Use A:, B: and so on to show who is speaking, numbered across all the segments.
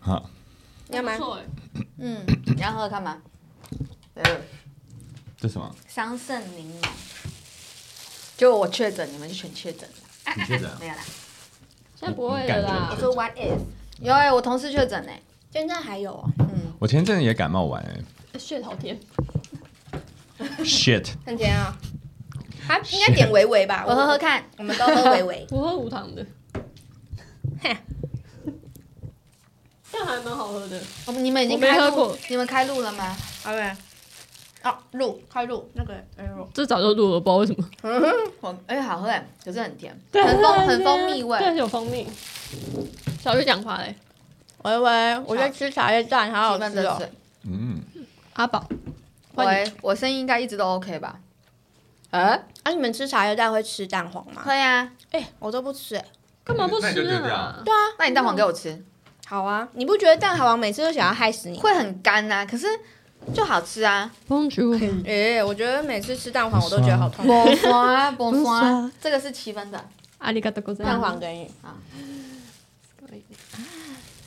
A: 好，
B: 你要吗
C: 不？错哎，
B: 嗯，你要喝看吗？呃，
A: 这什么？
B: 桑葚柠檬。就我确诊，你们就全确诊了，
A: 你确诊啊？
B: 没有啦。
C: 现在不会了
A: 我
D: 啊
C: 啦
A: 感。觉
B: what if？有哎、我同事确诊哎，
D: 现在还有哦，
B: 嗯，
A: 我前阵子也感冒完哎、
C: 血好甜，。
A: shit，
D: 很甜啊。他应该点维维吧，
B: 我喝喝，看。
D: 我们都喝维维
C: 我喝无糖的，
D: 哼
C: 但还蛮好喝的。
B: 哦你们已经
C: 我没
B: 开
C: 喝
B: 录
C: 过，
B: 你们开录了吗？
D: OK，哦，录快录那个哎呦，
C: 这早就录了，不知道为什么。
B: 我哎、好喝哎，可是很甜， 很蜂很蜂蜜
C: 对，
B: 味。
C: 有蜂蜜。小月讲话嘞，
D: 维维，我在吃茶叶蛋，好好
B: 慢
D: 吃
B: 着
D: 哦
B: 吃。。
A: 嗯，
C: 阿宝，换
B: 喂，我声音应该一直都 OK 吧？呃，
D: 啊，你们吃茶叶蛋会吃蛋黄吗？
B: 可以啊，
D: 哎，我都不吃哎。
C: 干嘛不
A: 那你就
C: 吃
A: 丢掉
C: 啊？
D: 对啊，
B: 那你蛋黄给我吃，
D: 好啊，你不觉得蛋黄每次都想要害死你？
B: 会很干呐、可是就好吃啊。
C: 公主，
D: 哎，我觉得每次吃蛋黄我都觉得好痛。
B: 不酸不
C: 不
B: 酸
C: 酸，
B: 这个是七分的。
C: 阿里嘎多哥在
D: 蛋黄给你。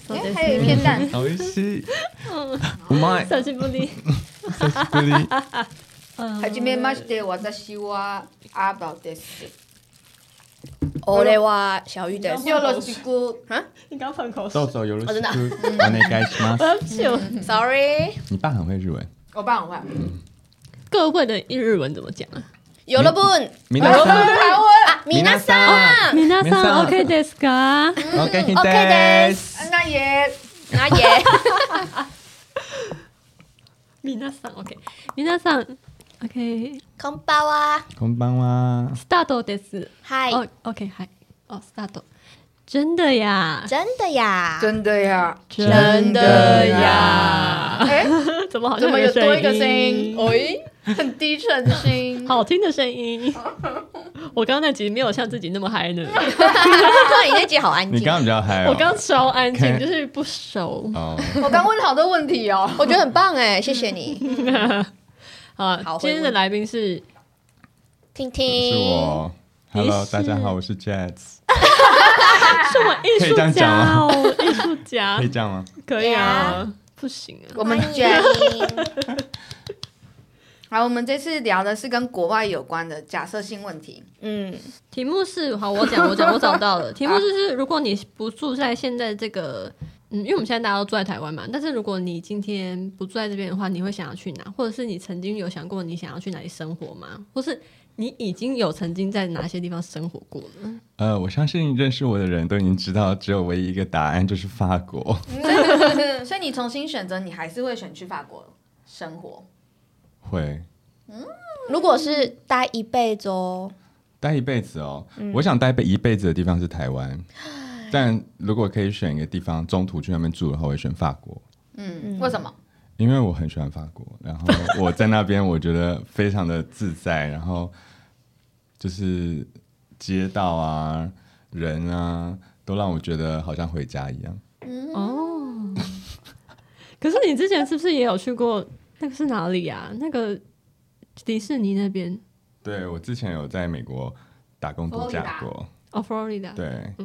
B: 哎、
C: 对
B: 还有一片蛋，
A: 好吃，う まい，
C: 小心不离。
A: 不离。
C: 嗯
B: はじめまして、私は阿宝です。
D: 哦我嘞哇，小玉的。嗯
B: よろしく。
C: 你刚喷口
A: 到时候有
D: 哦真的啊
A: 我那该什么？
C: 我要笑。
D: Sorry，
A: 你爸很会日文，
B: 我爸很会。
C: 各位的日文怎么讲 啊？
D: 有了不？
A: 明天上。
B: 台湾
D: 米娜桑，
C: 皆
A: 皆さん OK
C: ですか？
A: OK
D: OK で
A: で。
D: す
B: 那也
D: 那也。
C: 皆さん OK，皆さん OK，
D: 空包啊，
A: こんばんは。
C: スタートです。
D: 嗨，
C: 哦 OK，嗨，哦 start，真 的呀，
D: 真的呀，
B: 真的呀？
A: 真的呀，
B: 哎，
C: 怎么好
B: 怎
C: 像
B: 么有多一个声音？
C: 音？
B: 哎，很低沉的声音。
C: 好听的声音， 我刚刚那集没有像自己那么嗨呢，
D: 对，你那集好安
A: 你
D: 静。
A: 刚刚比较嗨哦。
C: 我刚超安静，
A: 看
C: 就是不熟。
A: 哦，
B: 我刚问了好多问题哦。
D: 我觉得很棒哎，谢谢你，
C: 啊，
D: 好
C: 今天的来宾是
D: 听
A: 是
D: 听。
A: 我。Hello，
C: 你是
A: 大家好，我是 Jazz，
C: 是我们艺
A: 可以
C: 术
A: 这样讲
C: 家
A: 吗
C: 哦， 艺术家
A: 可以这样吗？
C: 可以啊，不行啊，
B: 我们
D: 欢迎
B: 好，我们这次聊的是跟国外有关的假设性问题。
D: 嗯，
C: 题目是好，我讲我讲我找到了，题目就是如果你不住在现在这个，嗯，因为我们现在大家都住在台湾嘛，但是如果你今天不住在这边的话，你会想要去哪？或者是你曾经有想过你想要去哪里生活吗？或是你已经有曾经在哪些地方生活过了？
A: 呃，我相信认识我的人都已经知道，只有唯一一个答案就是法国。
B: 所以你重新选择，你还是会选去法国生活。
A: 会
D: 如果是待一辈子哦，
A: 待一辈子哦，
C: 嗯
A: 我想待一辈子的地方是台 湾，但如果可以选一个地方中途去那边住的话，我会选法国。
B: 嗯，为什么？
A: 因为我很喜欢法 国，然后我在那边我觉得非常的自在，然后就是街道啊、人啊，都让我觉得好像回家一样。
C: 哦，可是你之前是不是也有去过？那个是哪里啊？那个迪士尼那边
A: 对我之前有在美国打工度假过，
C: 哦，佛罗里达。
A: 对，哎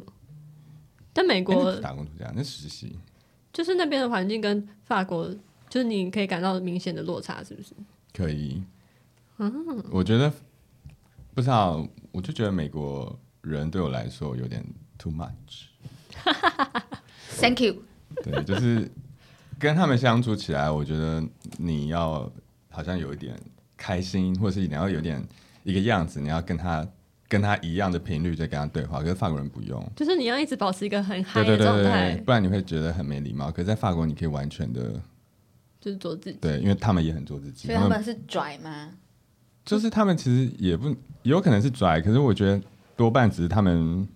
C: 但美
A: 诶那
C: 国
A: 不是打工度假，那是实习。
C: 就是那边的环境跟法国，就是你可以感到明显的落差，是不是？
A: 可以。
B: 嗯
A: 我觉得不知道，我就觉得美国人对我来说有点 too much。
B: Thank you。
A: 对， 就是跟他们相处起来，我觉得你要好像有一点开心，或是你要有点一个样子，你要跟他跟他一样的频率在跟他对话。可是法国人不用，
C: 就是你要一直保持一个很嗨
A: 对对对
C: 的状
A: 对
C: 态
A: 对，，不然你会觉得很没礼貌。可是在法国，你可以完全的
C: 就是做自己。
A: 对，因为他们也很做自己，
B: 所以他们是拽吗？
A: 就是他们其实也不有可能是拽，可是我觉得多半只是他们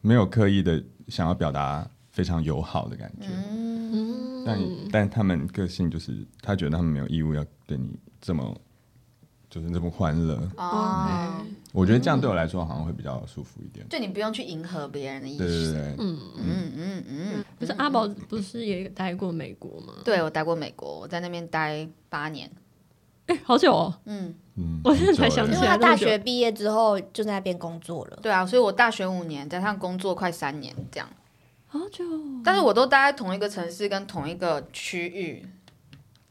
A: 没有刻意的想要表达非常友好的感觉。
C: 嗯
A: 但你但他们个性就是，他觉得他们没有义务要对你这么，就是这么欢乐。
B: 哦，
A: 我觉得这嗯样对我来说好像会比较舒服一点。
B: 就你不用去迎合别人的意
A: 对对
B: 思。
A: 对，
B: 嗯嗯嗯，
C: 不是阿宝不是也待过美国吗？
B: 对我待过美国，我在那边待八年。
C: 哎、好久哦，
B: 嗯，
A: 嗯，
C: 我现在才
A: 很久了
C: 想
D: 因
C: 起
D: 为
C: 来
D: 他大学毕业之后就在那边工作了。
B: 对啊，所以我大学五年加上工作快三年这样。
C: 好久，哦
B: 但是我都待在同一个城市跟同一个区域。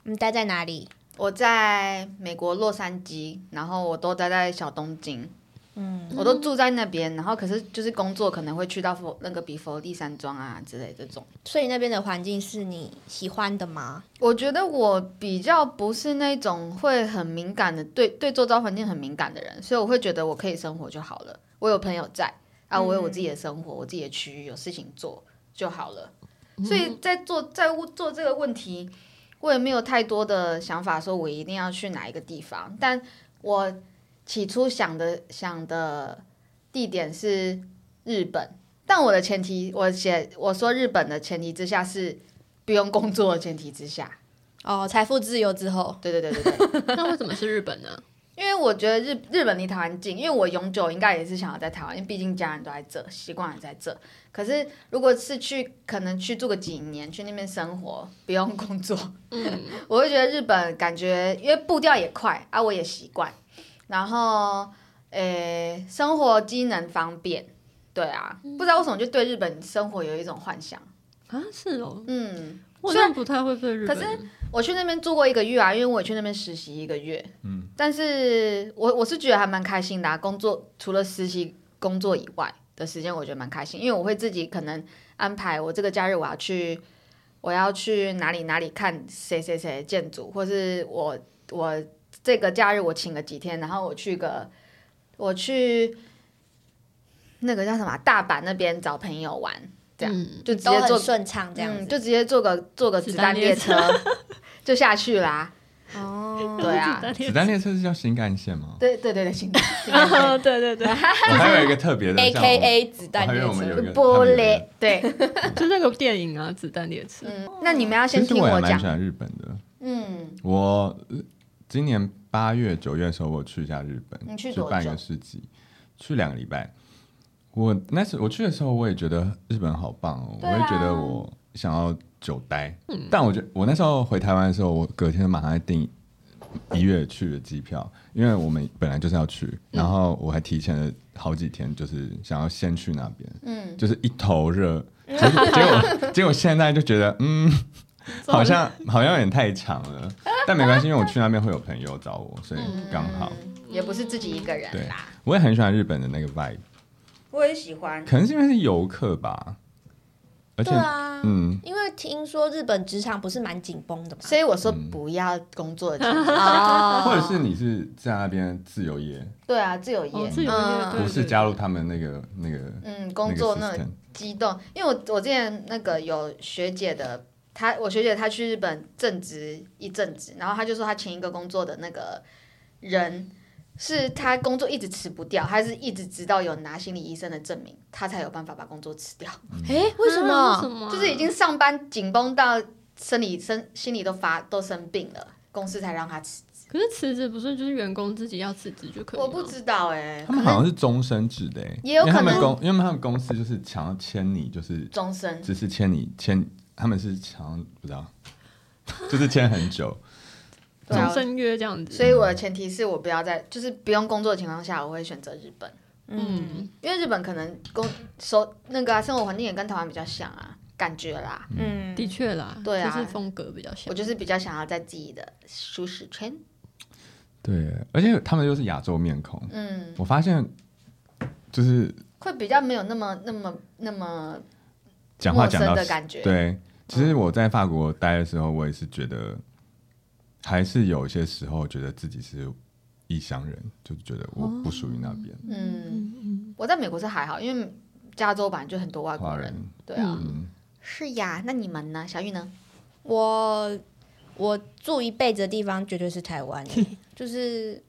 E: 你嗯待在哪里？
B: 我在美国洛杉矶，然后我都待在小东京，嗯，我都住在那边，然后可是就是工作可能会去到佛那个比佛利山庄啊之类这种。
E: 所以那边的环境是你喜欢的吗？
B: 我觉得我比较不是那种会很敏感的，对对周遭环境很敏感的人，所以我会觉得我可以生活就好了。我有朋友在啊，我有我自己的生活，我自己的区域有事情做就好了。所以在做在做这个问题，我也没有太多的想法，说我一定要去哪一个地方。但我起初想的想的地点是日本，但我的前提，我写我说日本的前提之下是不用工作的前提之下，
E: 哦，财富自由之后，
B: 对对对对对，
C: 那为什么是日本呢？
B: 因为我觉得日日本离台湾近，因为我永久应该也是想要在台湾，因为毕竟家人都在这，习惯也在这。可是如果是去，可能去住个几年，去那边生活，不用工作，
C: 嗯，
B: 我会觉得日本感觉，因为步调也快啊，我也习惯，然后诶、生活机能方便，对啊，不知道为什么就对日本生活有一种幻想，
C: 啊是哦，
B: 嗯。
C: 我好像不太会对日本，
B: 可我去那边住过一个月啊，因为我也去那边实习一个月。嗯，但是我我是觉得还蛮开心的、啊，工作除了实习工作以外的时间，我觉得蛮开心，因为我会自己可能安排我这个假日我要去我要去哪里哪里看谁谁谁的建筑，或是我我这个假日我请了几天，然后我去个我去那个叫什么啊大阪那边找朋友玩，这样、
C: 嗯
B: 就直
E: 都
B: 接
E: 很
B: 做
E: 顺畅这样子。
B: 嗯，就直接坐个坐个
C: 子
B: 子
C: 弹
B: 弹
C: 列
B: 列车 就下去啦。
E: 哦，
B: 对啊，
A: 子弹列车是叫新干线吗？
B: 对对对对，行的。
C: 啊， 对对对，
A: 我还有一个特别的
E: A
A: 像我
E: K
A: 们
E: A 子弹
A: 我还以
E: 列
A: 为我们有一
E: 车，
A: 个
B: 玻璃
A: 璃。
B: 对，
C: 就那个电影啊，《子弹列车》
B: 嗯，那你们要
A: 其
B: 先
A: 实
B: 听
A: 我也蛮
B: 讲
A: 喜。欢日本的。
B: 嗯，
A: 我呃今年八月、九月的时候，我去一下日本，
B: 你去多久
A: 半个世纪，去两个礼拜。我那时我去的时候，我也觉得日本好棒哦，我
B: 对啊嗯
A: 也觉得我想要久待。但我觉我那时候回台湾的时候，我隔天马上在订一月去的机票，因为我们本来就是要去，
B: 嗯
A: 然后我还提前了好几天，就是想要先去那边，嗯，就是一头 热。结果结果结果现在就觉得，嗯，好像好像有点太长了，但没关系，因为我去那边会有朋友找我，所以刚好。
B: 也不是自己一个人
A: 对
B: 啦，
A: 我也很喜欢日本的那个 vibe，
B: 我也喜欢。
A: 可能是因为是游客吧，而且、
E: 对啊，
A: 嗯，
E: 因为听说日本职场不是蛮紧绷的嘛，
B: 所以我说
A: 嗯
B: 不要工作的 前提
E: 哦
A: 或者是你是在那边自由业，
B: 对啊，自由业
C: 哦，，自由业
B: 嗯
A: 不
C: 对
A: 是加入他们那个那个
B: 嗯，工作
A: 那
B: 那
A: 个
B: 种
A: system
B: 激动，因为我我之前那个有学姐的，她我学姐她去日本正职一阵子，然后她就说她前一个工作的那个人是她工作一直辞不掉，她是一直直到有拿心理医生的证明，她才有办法把工作辞掉，
E: 哎，为什么？
C: 啊为什么啊？
B: 就是已经上班紧绷到生理身心里都发都生病了，公司才让她辞。
C: 可是辞职不是就是员工自己要辞职就可以吗？哦
B: 我不知道哎、
A: 他
B: 可
A: 们好
B: 能
A: 像是终身制的、欸，
B: 也有
A: 因为他
B: 可
A: 们
B: 能
A: 公，因为他们公司就是想要签你，就是
B: 终身
A: 只是签你签，他们是想要不知道，就是签很久，
B: 对啊
C: 终身约这样子。
B: 所以我的前提是我不要在，就是不用工作的情况下，我会选择日本，
E: 嗯
C: 嗯，
B: 因为日本可能工收那个、啊、生活环境也跟台湾比较像啊，感觉啦。
E: 嗯，
C: 的确啦，
B: 对啊
C: 就是风格比较像。
B: 我就是比较想要在自己的舒适圈，
A: 对，而且他们又是亚洲面孔，
B: 嗯，
A: 我发现就是
B: 会比较没有那么那么那么
A: 讲话
B: 陌
A: 讲
B: 生
A: 到
B: 的感觉。，
A: 对，其实我在法国待的时候，我也是觉得，还是有些时候觉得自己是异乡人，就觉得我不属于那边
B: 嗯，我在美国是还好，因为加州本来就很多外
A: 华
B: 国
A: 人
B: 人，。对啊，
A: 嗯，
B: 是呀。那你们呢？小玉呢？
E: 我我住一辈子的地方绝对是台湾 耶，就是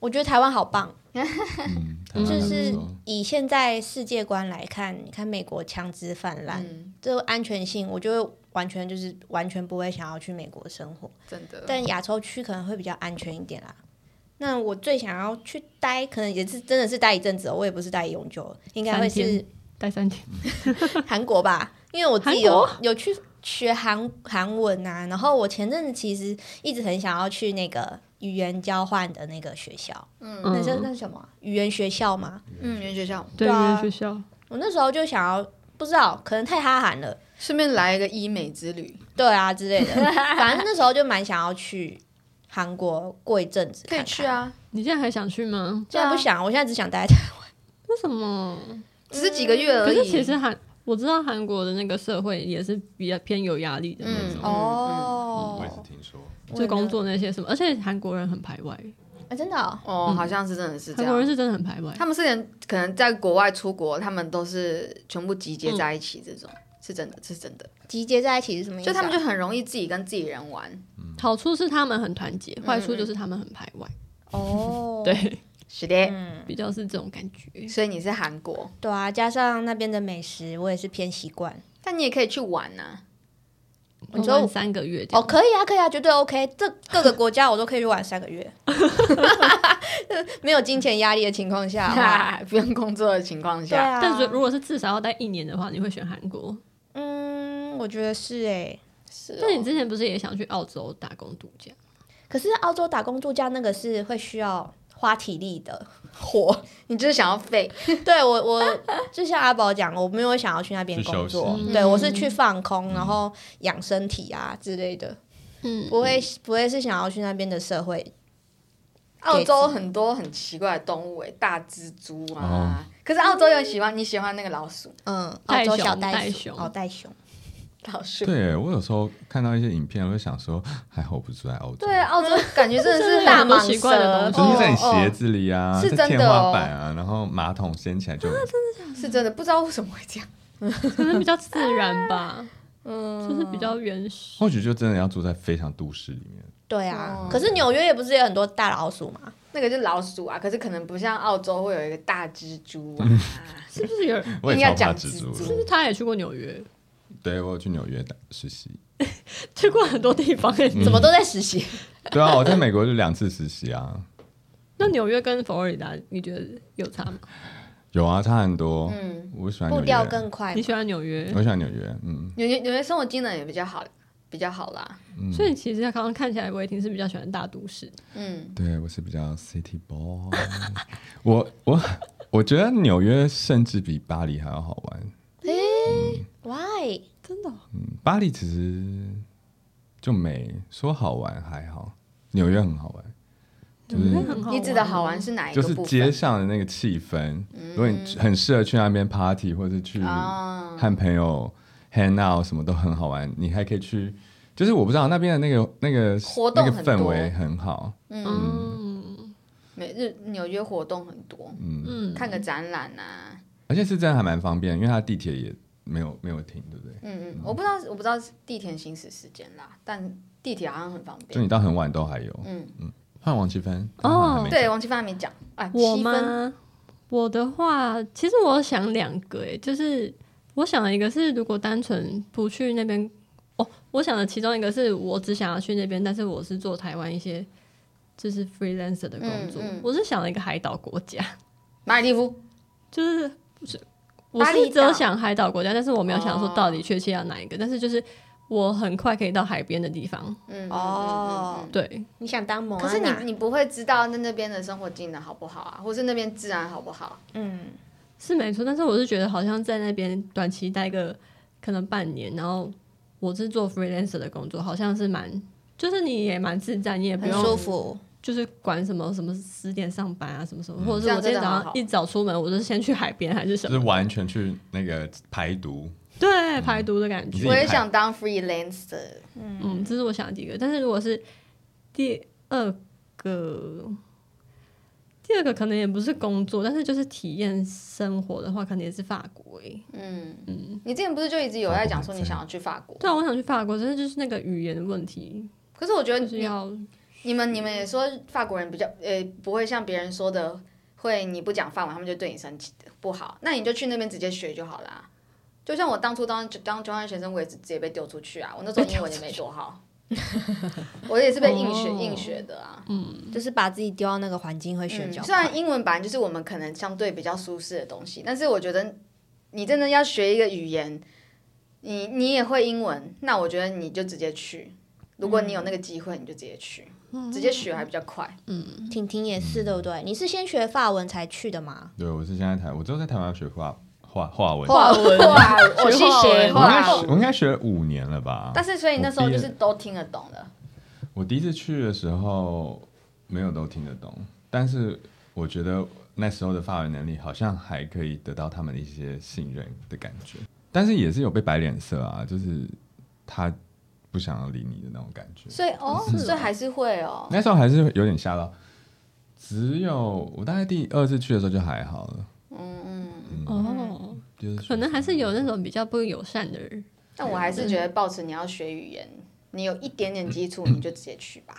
E: 我觉得台湾好棒。
A: 嗯台湾
E: 就
A: 还不
E: 是
A: 错
E: 以现在世界观来看，你看美国枪支泛滥，
B: 嗯，
E: 这个安全性，我就会完全就是完全不会想要去美国生活。
B: 真的。
E: 但亚洲区可能会比较安全一点啦。那我最想要去待，可能也是真的是待一阵子、哦，我也不是待永久了，应该会
C: 三
E: 是
C: 待三天，
E: 韩国吧，因为我自己
C: 韩
E: 有
C: 国
E: 有去学韩韩文啊，然后我前阵子其实一直很想要去那个语言交换的那个学校，
B: 嗯
E: 那是
C: 嗯
E: 那是什么啊语言学校吗？
B: 嗯，原学校，
C: 对，
E: 对啊
C: 语言学校
E: 我那时候就想要不知道，可能太哈韩了，
B: 顺便来一个医美之旅，
E: 对啊之 类的。反正那时候就蛮想要去韩国过一阵子
B: 可
E: 看
B: 以
E: 看
B: 去。啊，
C: 你现在还想去吗？
E: 现在不想，我现在只想待在。
C: 为什么？
B: 只是几个月而
C: 可
B: 已。
C: 是其实韩，我知道韩国的那个社会也是比较偏有压力的那
B: 嗯
C: 种，
A: 嗯我
E: 哦
A: 也是听说，
C: 就工作那些什么，而且韩国人很排外，
E: 啊，真的哦
B: 哦，好像是真的是这
C: 韩国人
B: 样。
C: 是真的很排外
B: 他。们是连可能在国外出国，他们都是全部集结在一起，这种、是真的，是真的。
E: 集结在一起是什么意思
B: 就
E: 啊？
B: 他们就很容易自己跟自己人玩。
C: 好处是他们很团结，坏处就是他们很排外。
E: 哦，嗯
C: 对，
B: 是的，
C: 比较是这种感觉。
B: 所以你是韩国，
E: 对啊，加上那边的美食，我也是偏习惯。
B: 但你也可以去玩呐、啊。
E: 你说我
C: 玩三个月这
E: 哦，
C: 样
E: 可以啊，可以啊，绝对 OK。这各个国家我都可以去玩三个 月，没有金钱压力的情况下，哇
B: 不用工作的情况
E: 对
B: 下，
E: 啊。
C: 但是如果是至少要待一年的话，你会选韩国？
E: 嗯，我觉得是哎、
B: 是
C: 那你之前不是也想去澳洲打工度假？
E: 可是澳洲打工度假那个是会需要花体力 的活。
B: 你就是想要废，
E: 对我，我就像阿宝讲，我没有想要去那边工
A: 去
E: 作
C: 休息，
E: 对
C: 嗯
E: 我是去放空，然后养身体啊之类的，
C: 嗯，
E: 不会不会是想要去那边的社会。
B: 澳洲很多很奇怪的动物、诶，大蜘蛛啊。可是澳洲有喜欢你喜欢那个老鼠，
E: 嗯，澳
C: 袋
E: 洲
C: 熊
E: 小
C: 袋
E: 熊，
C: 熊
E: 哦，袋熊，
B: 老鼠。
A: 对我有时候看到一些影片，我就想说，还好我不住在欧洲，
B: 对，啊澳洲感觉真的
C: 真
B: 是
C: 的
B: 大
C: 很多
B: 蟒
C: 奇
B: 蛇，
C: 怪的
A: 就
C: 东
A: 是
C: 西
A: 在你
B: 哦
A: 鞋子里啊，
B: 哦是
A: 在
B: 真
A: 天
B: 的
A: 花
B: 哦
A: 板啊，然后马桶掀起来就，
B: 哦是真的，不知道为什么会这样。
C: 可能比较自然吧，
E: 嗯，
C: 就是比较原始。
A: 或许就真的要住在非常都市里面。
E: 对啊
B: 哦。
E: 可是纽约也不是有很多大老鼠吗？
B: 那个就是老鼠啊，可是可能不像澳洲会有一个大蜘蛛啊，
C: 是不是有？是
A: 我也
B: 硬要
A: 超怕
B: 讲
A: 蜘
B: 蜘
A: 蛛
B: 蛛
A: 的
C: 不是他也去过纽约，
A: 对我有去纽约打实习，
C: 去过很多地方欸
A: 嗯
E: 怎么都在实习？
A: 对啊，我在美国就两次实习啊，
C: 那纽约跟佛罗里达，你觉得有差吗？
A: 有啊，差很多。
B: 嗯，
A: 我喜欢啊纽
E: 步
A: 约
E: 调更快
C: 你。喜欢纽约，
A: 我喜欢纽约，嗯，
B: 纽约纽约生活机能也比较好，比较好啦，
C: 所以其实刚刚看起来，我也挺是比较喜欢大都市。
B: 嗯，
A: 对我是比较 city boy，我我我觉得纽约甚至比巴黎还要好玩。
E: Why？
C: 真的哦、
A: 巴黎其实就没说好玩还好，纽约很好玩，
C: 纽约很好玩
B: 你指的好玩是哪一
A: 就
B: 个
A: 是
B: 部
A: 街
B: 分？嗯
A: 上的那个气氛，如果你很适合去那边 party 或者去
B: 啊
A: 和朋友 hang out，什么都很好玩。你还可以去，就是我不知道那边的那个那个
B: 活动
A: 那
B: 很
A: 个氛围很好，
C: 嗯
B: 每日纽约活动很多，
A: 嗯，
C: 嗯，
B: 看个展览啊，
A: 而且是真的还蛮方便，因为它地铁也没有没有停，对不对？
B: 嗯嗯，我不知道我不知道地铁行驶时间啦，但地铁好像很方
A: 就
B: 便。
A: 你到很晚都还有。
B: 嗯，
A: 换王奇芬
C: 哦
A: 刚好还没
B: 对，王奇帆还没讲啊，
C: 我
B: 七分
C: 吗？我的话，其实我想两个，诶，就是我想的一个是，如果单纯不去那边，哦，我想的其中一个是我只想要去那边，但是我是做台湾一些就是 freelancer 的工作，
B: 嗯嗯
C: 我是想了一个海岛国家，
B: 马尔蒂夫，
C: 就是不是我
B: 巴厘
C: 是
B: 岛哦
C: 只有想海岛国家，但是我没有想说到底确切要哪一个，但是就是我很快可以到海边的地方，
B: 嗯
E: 哦
B: 哦，嗯嗯
C: 对，
E: 你想当啊蒙
B: 可是
E: 娜
B: 你你不会知道那那边的生活技能好不好啊，或是那边治安好啊不好？
E: 嗯，
C: 是没错，但是我是觉得好像在那边短期待个可能半年，然后我是做 freelancer 的工作，好像是蛮，就是你也蛮自在，你也不
E: 很
C: 用
E: 舒服。
C: 就是管什么什么十点上班啊，什么什么，或者
B: 嗯这样
C: 是我今
B: 真
C: 天
B: 的
C: 早
B: 很
C: 上
B: 好
C: 一早出门，我就是先去海边还是什
A: 就是
C: 么，
A: 完全去那个排毒，
C: 对，排毒的感
A: 你自
C: 觉
A: 己
B: 我，也
A: 看
B: 想当 freelancer，
C: 嗯，这是我想的第一个，但是如果是第二个。第二个可能也不是工作，但是就是体验生活的话，可能也是法国、欸。
B: 嗯嗯，你之前不是就一直有在讲说你想要去法国？
C: 对啊，我想去法国，但是就是那个语言的问题，
B: 可是我觉得
C: 就是
B: 你
C: 要
B: 你们你们也说法国人比较呃不会像别人说的会你不讲法文他们就对你生气不好，那你就去那边直接学就好啦。就像我当初当当交换学生，我也是直接被丢出去啊，我那时候英文也没多 好，我也是被硬学
C: 哦
B: 硬学的啊。
E: 就是把自己丢到那个环境会学
B: 嗯，
E: 较
B: 虽
E: 快。
B: 然英文本来就是我们可能相对比较舒适的东西，但是我觉得你真的要学一个语言，你你也会英文，那我觉得你就直接去。如果你有那个机会，你就直接去，直接学还比较快。
E: 婷婷也是，对不对？你是先学法文才去的吗？
A: 对，我是现在台，我之后在台湾学画画，画画文，
B: 画 文，画文我是学
C: 学
A: 我应该
B: 画
A: 学
B: 文，
A: 我应该学了五年了吧？
B: 但是所以那时候
A: 我毕
B: 就
A: 业
B: 是都听得懂的。
A: 我第一次去的时候没有都听得懂，但是我觉得那时候的发文能力好像还可以得到他们的一些信任的感觉，但是也是有被摆脸色啊，就是他不想要理你的那种感觉。
B: 所以哦，所以还是会哦。
A: 那时候还是有点吓到，只有我大概第二次去的时候就还好了，
C: 哦，
A: 就是
C: 可能还是有那种比较不友善的人。
B: 但我还是觉得，抱持你要学语言，你有一点点基础，你就直接去吧。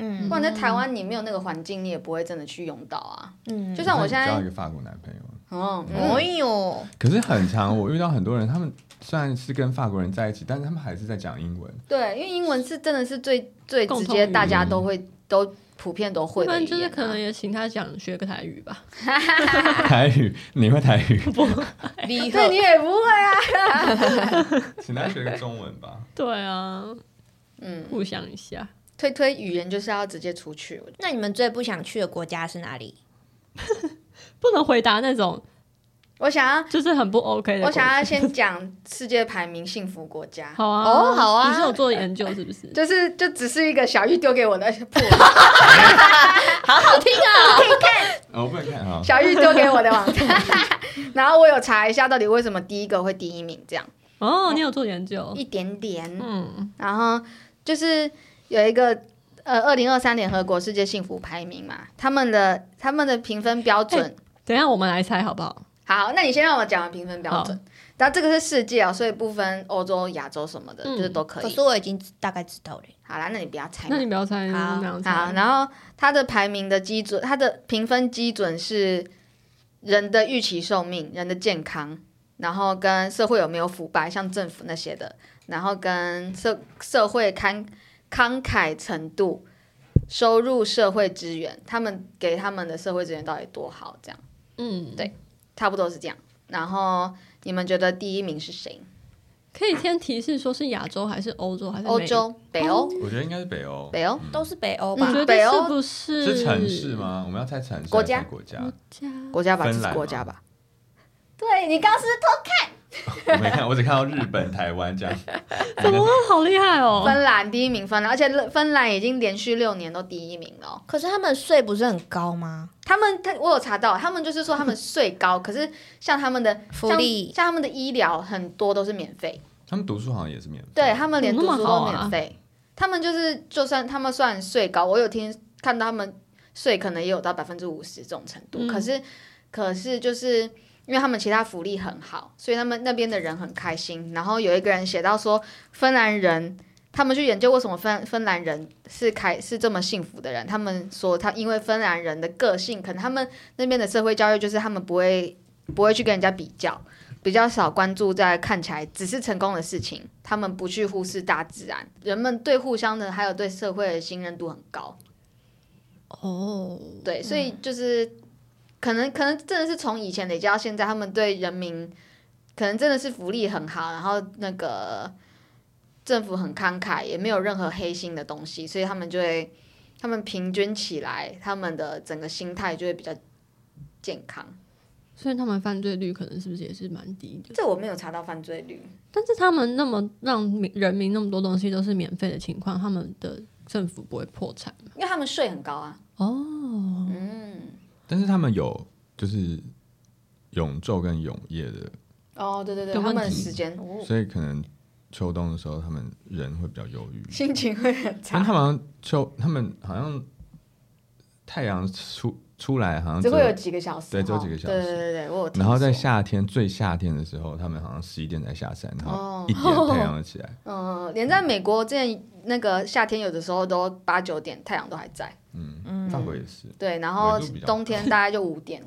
E: 嗯
B: 不然在台湾你没有那个环境，你也不会真的去用到啊。
E: 嗯，
B: 就像我现
A: 交
B: 在
A: 一，个法国男朋友，
B: 嗯，
E: 哎
B: 嗯
E: 呦，
A: 可是很长，我遇到很多人，他们虽然是跟法国人在一起，但是他们还是在讲英文。
B: 对，因为英文是真的是最最
C: 共
B: 直
C: 通
B: 接，
C: 语
B: 大家
A: 言
B: 都会都普遍都会
C: 不
B: 的语
C: 然
B: 言啊。
C: 嗯就是可能也请他讲学个台语吧。
A: 台语，你会台语？
E: 离
B: 对你
E: 合
B: 也不会啊。
A: 请他学个中文吧。
C: 对啊，
B: 嗯，
C: 互相一下。
B: 推推语言就是要直接出去，我
E: 那你们最不想去的国家是哪里？
C: 不能回答那种
B: 我想要。
C: 就是很不 OK 的。
B: 我想要，先讲世界排名幸福国家。
C: 好啊，
B: 哦，好啊，
C: 你是有做研究是不是？
B: 就是就只是一个小玉丢给我的 谱，
A: 哦，我不能看啊。
B: 小玉丢给我的网站， 然后我有查一下到底为什么第一个会第一名，这样
C: 哦，你有做研究？
B: 一点点。
C: 嗯，
B: 然后就是有一个呃，二零二三联合国世界幸福排名嘛，他们的他们的评分标准。
C: 等一下我们来猜好不好？
E: 哎
B: 好，那你先让我讲完评分标准。然后这个是世界哦，所以不分欧洲、亚洲什么的，
C: 嗯
B: 就是都可
E: 可
B: 以
E: 是。我已经大概知道了。
B: 好啦，那你不要猜嘛。
C: 那你不要猜，你
E: 好
C: 那样
B: 好，
C: 猜。
B: 然后它的排名的基准，它的评分基准是人的预期寿命、人的健康，然后跟社会有没有腐败，像政府那些的，然后跟社社会慷慷慨程度、收入、社会资源，他们给他们的社会资源到底多好，这样
C: 嗯，
B: 对差不多是这样。然后你们觉得第一名是谁？
C: 可以先提示说是亚洲还是欧洲还是美
B: 欧？洲、北欧、
A: 我觉得应该是北欧，
B: 北欧
E: 都是北欧
C: 我
E: 吧？
C: 觉
B: 北
C: 得
B: 欧
C: 是不是
A: 是城市？吗？我们要猜城市
B: 国家
A: 还是国家？
C: 家
B: 国家吧，这
A: 芬兰
B: 是
A: 吗
B: 国家吧？对你刚刚是
A: 我没看，我只看到日本、台湾 这样。
C: 怎么好厉害哦？
E: 哎
B: 芬兰第一名，芬兰，而且勒芬兰已经连续六年都第一名了哦。
E: 可是他们税不是很高吗？
B: 他们，他我有查到，他们就是说他们税高，可是像他们的
E: 福利
B: 像，像他们的医疗很多都是免费，
A: 他们读书好像也是免费。
B: 对他们连
C: 嗯
B: 读
C: 那么
B: 书
C: 好
B: 都
C: 啊
B: 免费。他们就是就算他们算税高，我有听看到他们税可能也有到百分之五十这种程度，
C: 嗯
B: 可是可是就是因为他们其他福利很好，所以他们那边的人很开心。然后有一个人写到说，芬兰人他们去研究为什么芬芬兰人是开是这么幸福的人，他们说他因为芬兰人的个性，可能他们那边的社会教育就是他们不会不会去跟人家比较。比较少关注在看起来只是成功的事情，他们不去忽视大自然，人们对互相的还有对社会的信任度很高。
C: 哦，
B: 对，所以就是、可能可能真的是从以前累积到现在，他们对人民可能真的是福利很好，然后那个政府很慷慨，也没有任何黑心的东西，所以他们就会他们平均起来，他们的整个心态就会比较健康。
C: 所以他们犯罪率可能是不是也是蛮低的？
B: 这我没有查到犯罪率，
C: 但是他们那么让民人民那么多东西都是免费的情况，他们的政府不会破产吗？
B: 因为他们税很高啊。
C: 哦，
B: 嗯，
A: 但是他们有就是永昼跟永夜的，
B: 哦，对对对，
C: 的
B: 他
C: 问
B: 们的
C: 题哦
B: 时间哦
A: 所以可能秋冬的时候他们人会比较忧郁。
B: 心情会很
A: 但
B: 差，
A: 他们好像秋，他们好像太阳出出来好像
B: 只
A: 只
B: 会有
A: 有，
B: 几个小时哈，
A: 对只有几个小
B: 对
A: 时
B: 对对对，我有听
A: 然后在
B: 说
A: 夏天最夏天的时候，他们好像十一点才下山，然
B: 哦
A: 后一点太阳就起来。
B: 嗯，连在美国之前那个夏天，有的时候都八九点太阳都还在，
A: 嗯，法国也是。
B: 对，然后
A: 纬度比较高
B: 冬天大概就五点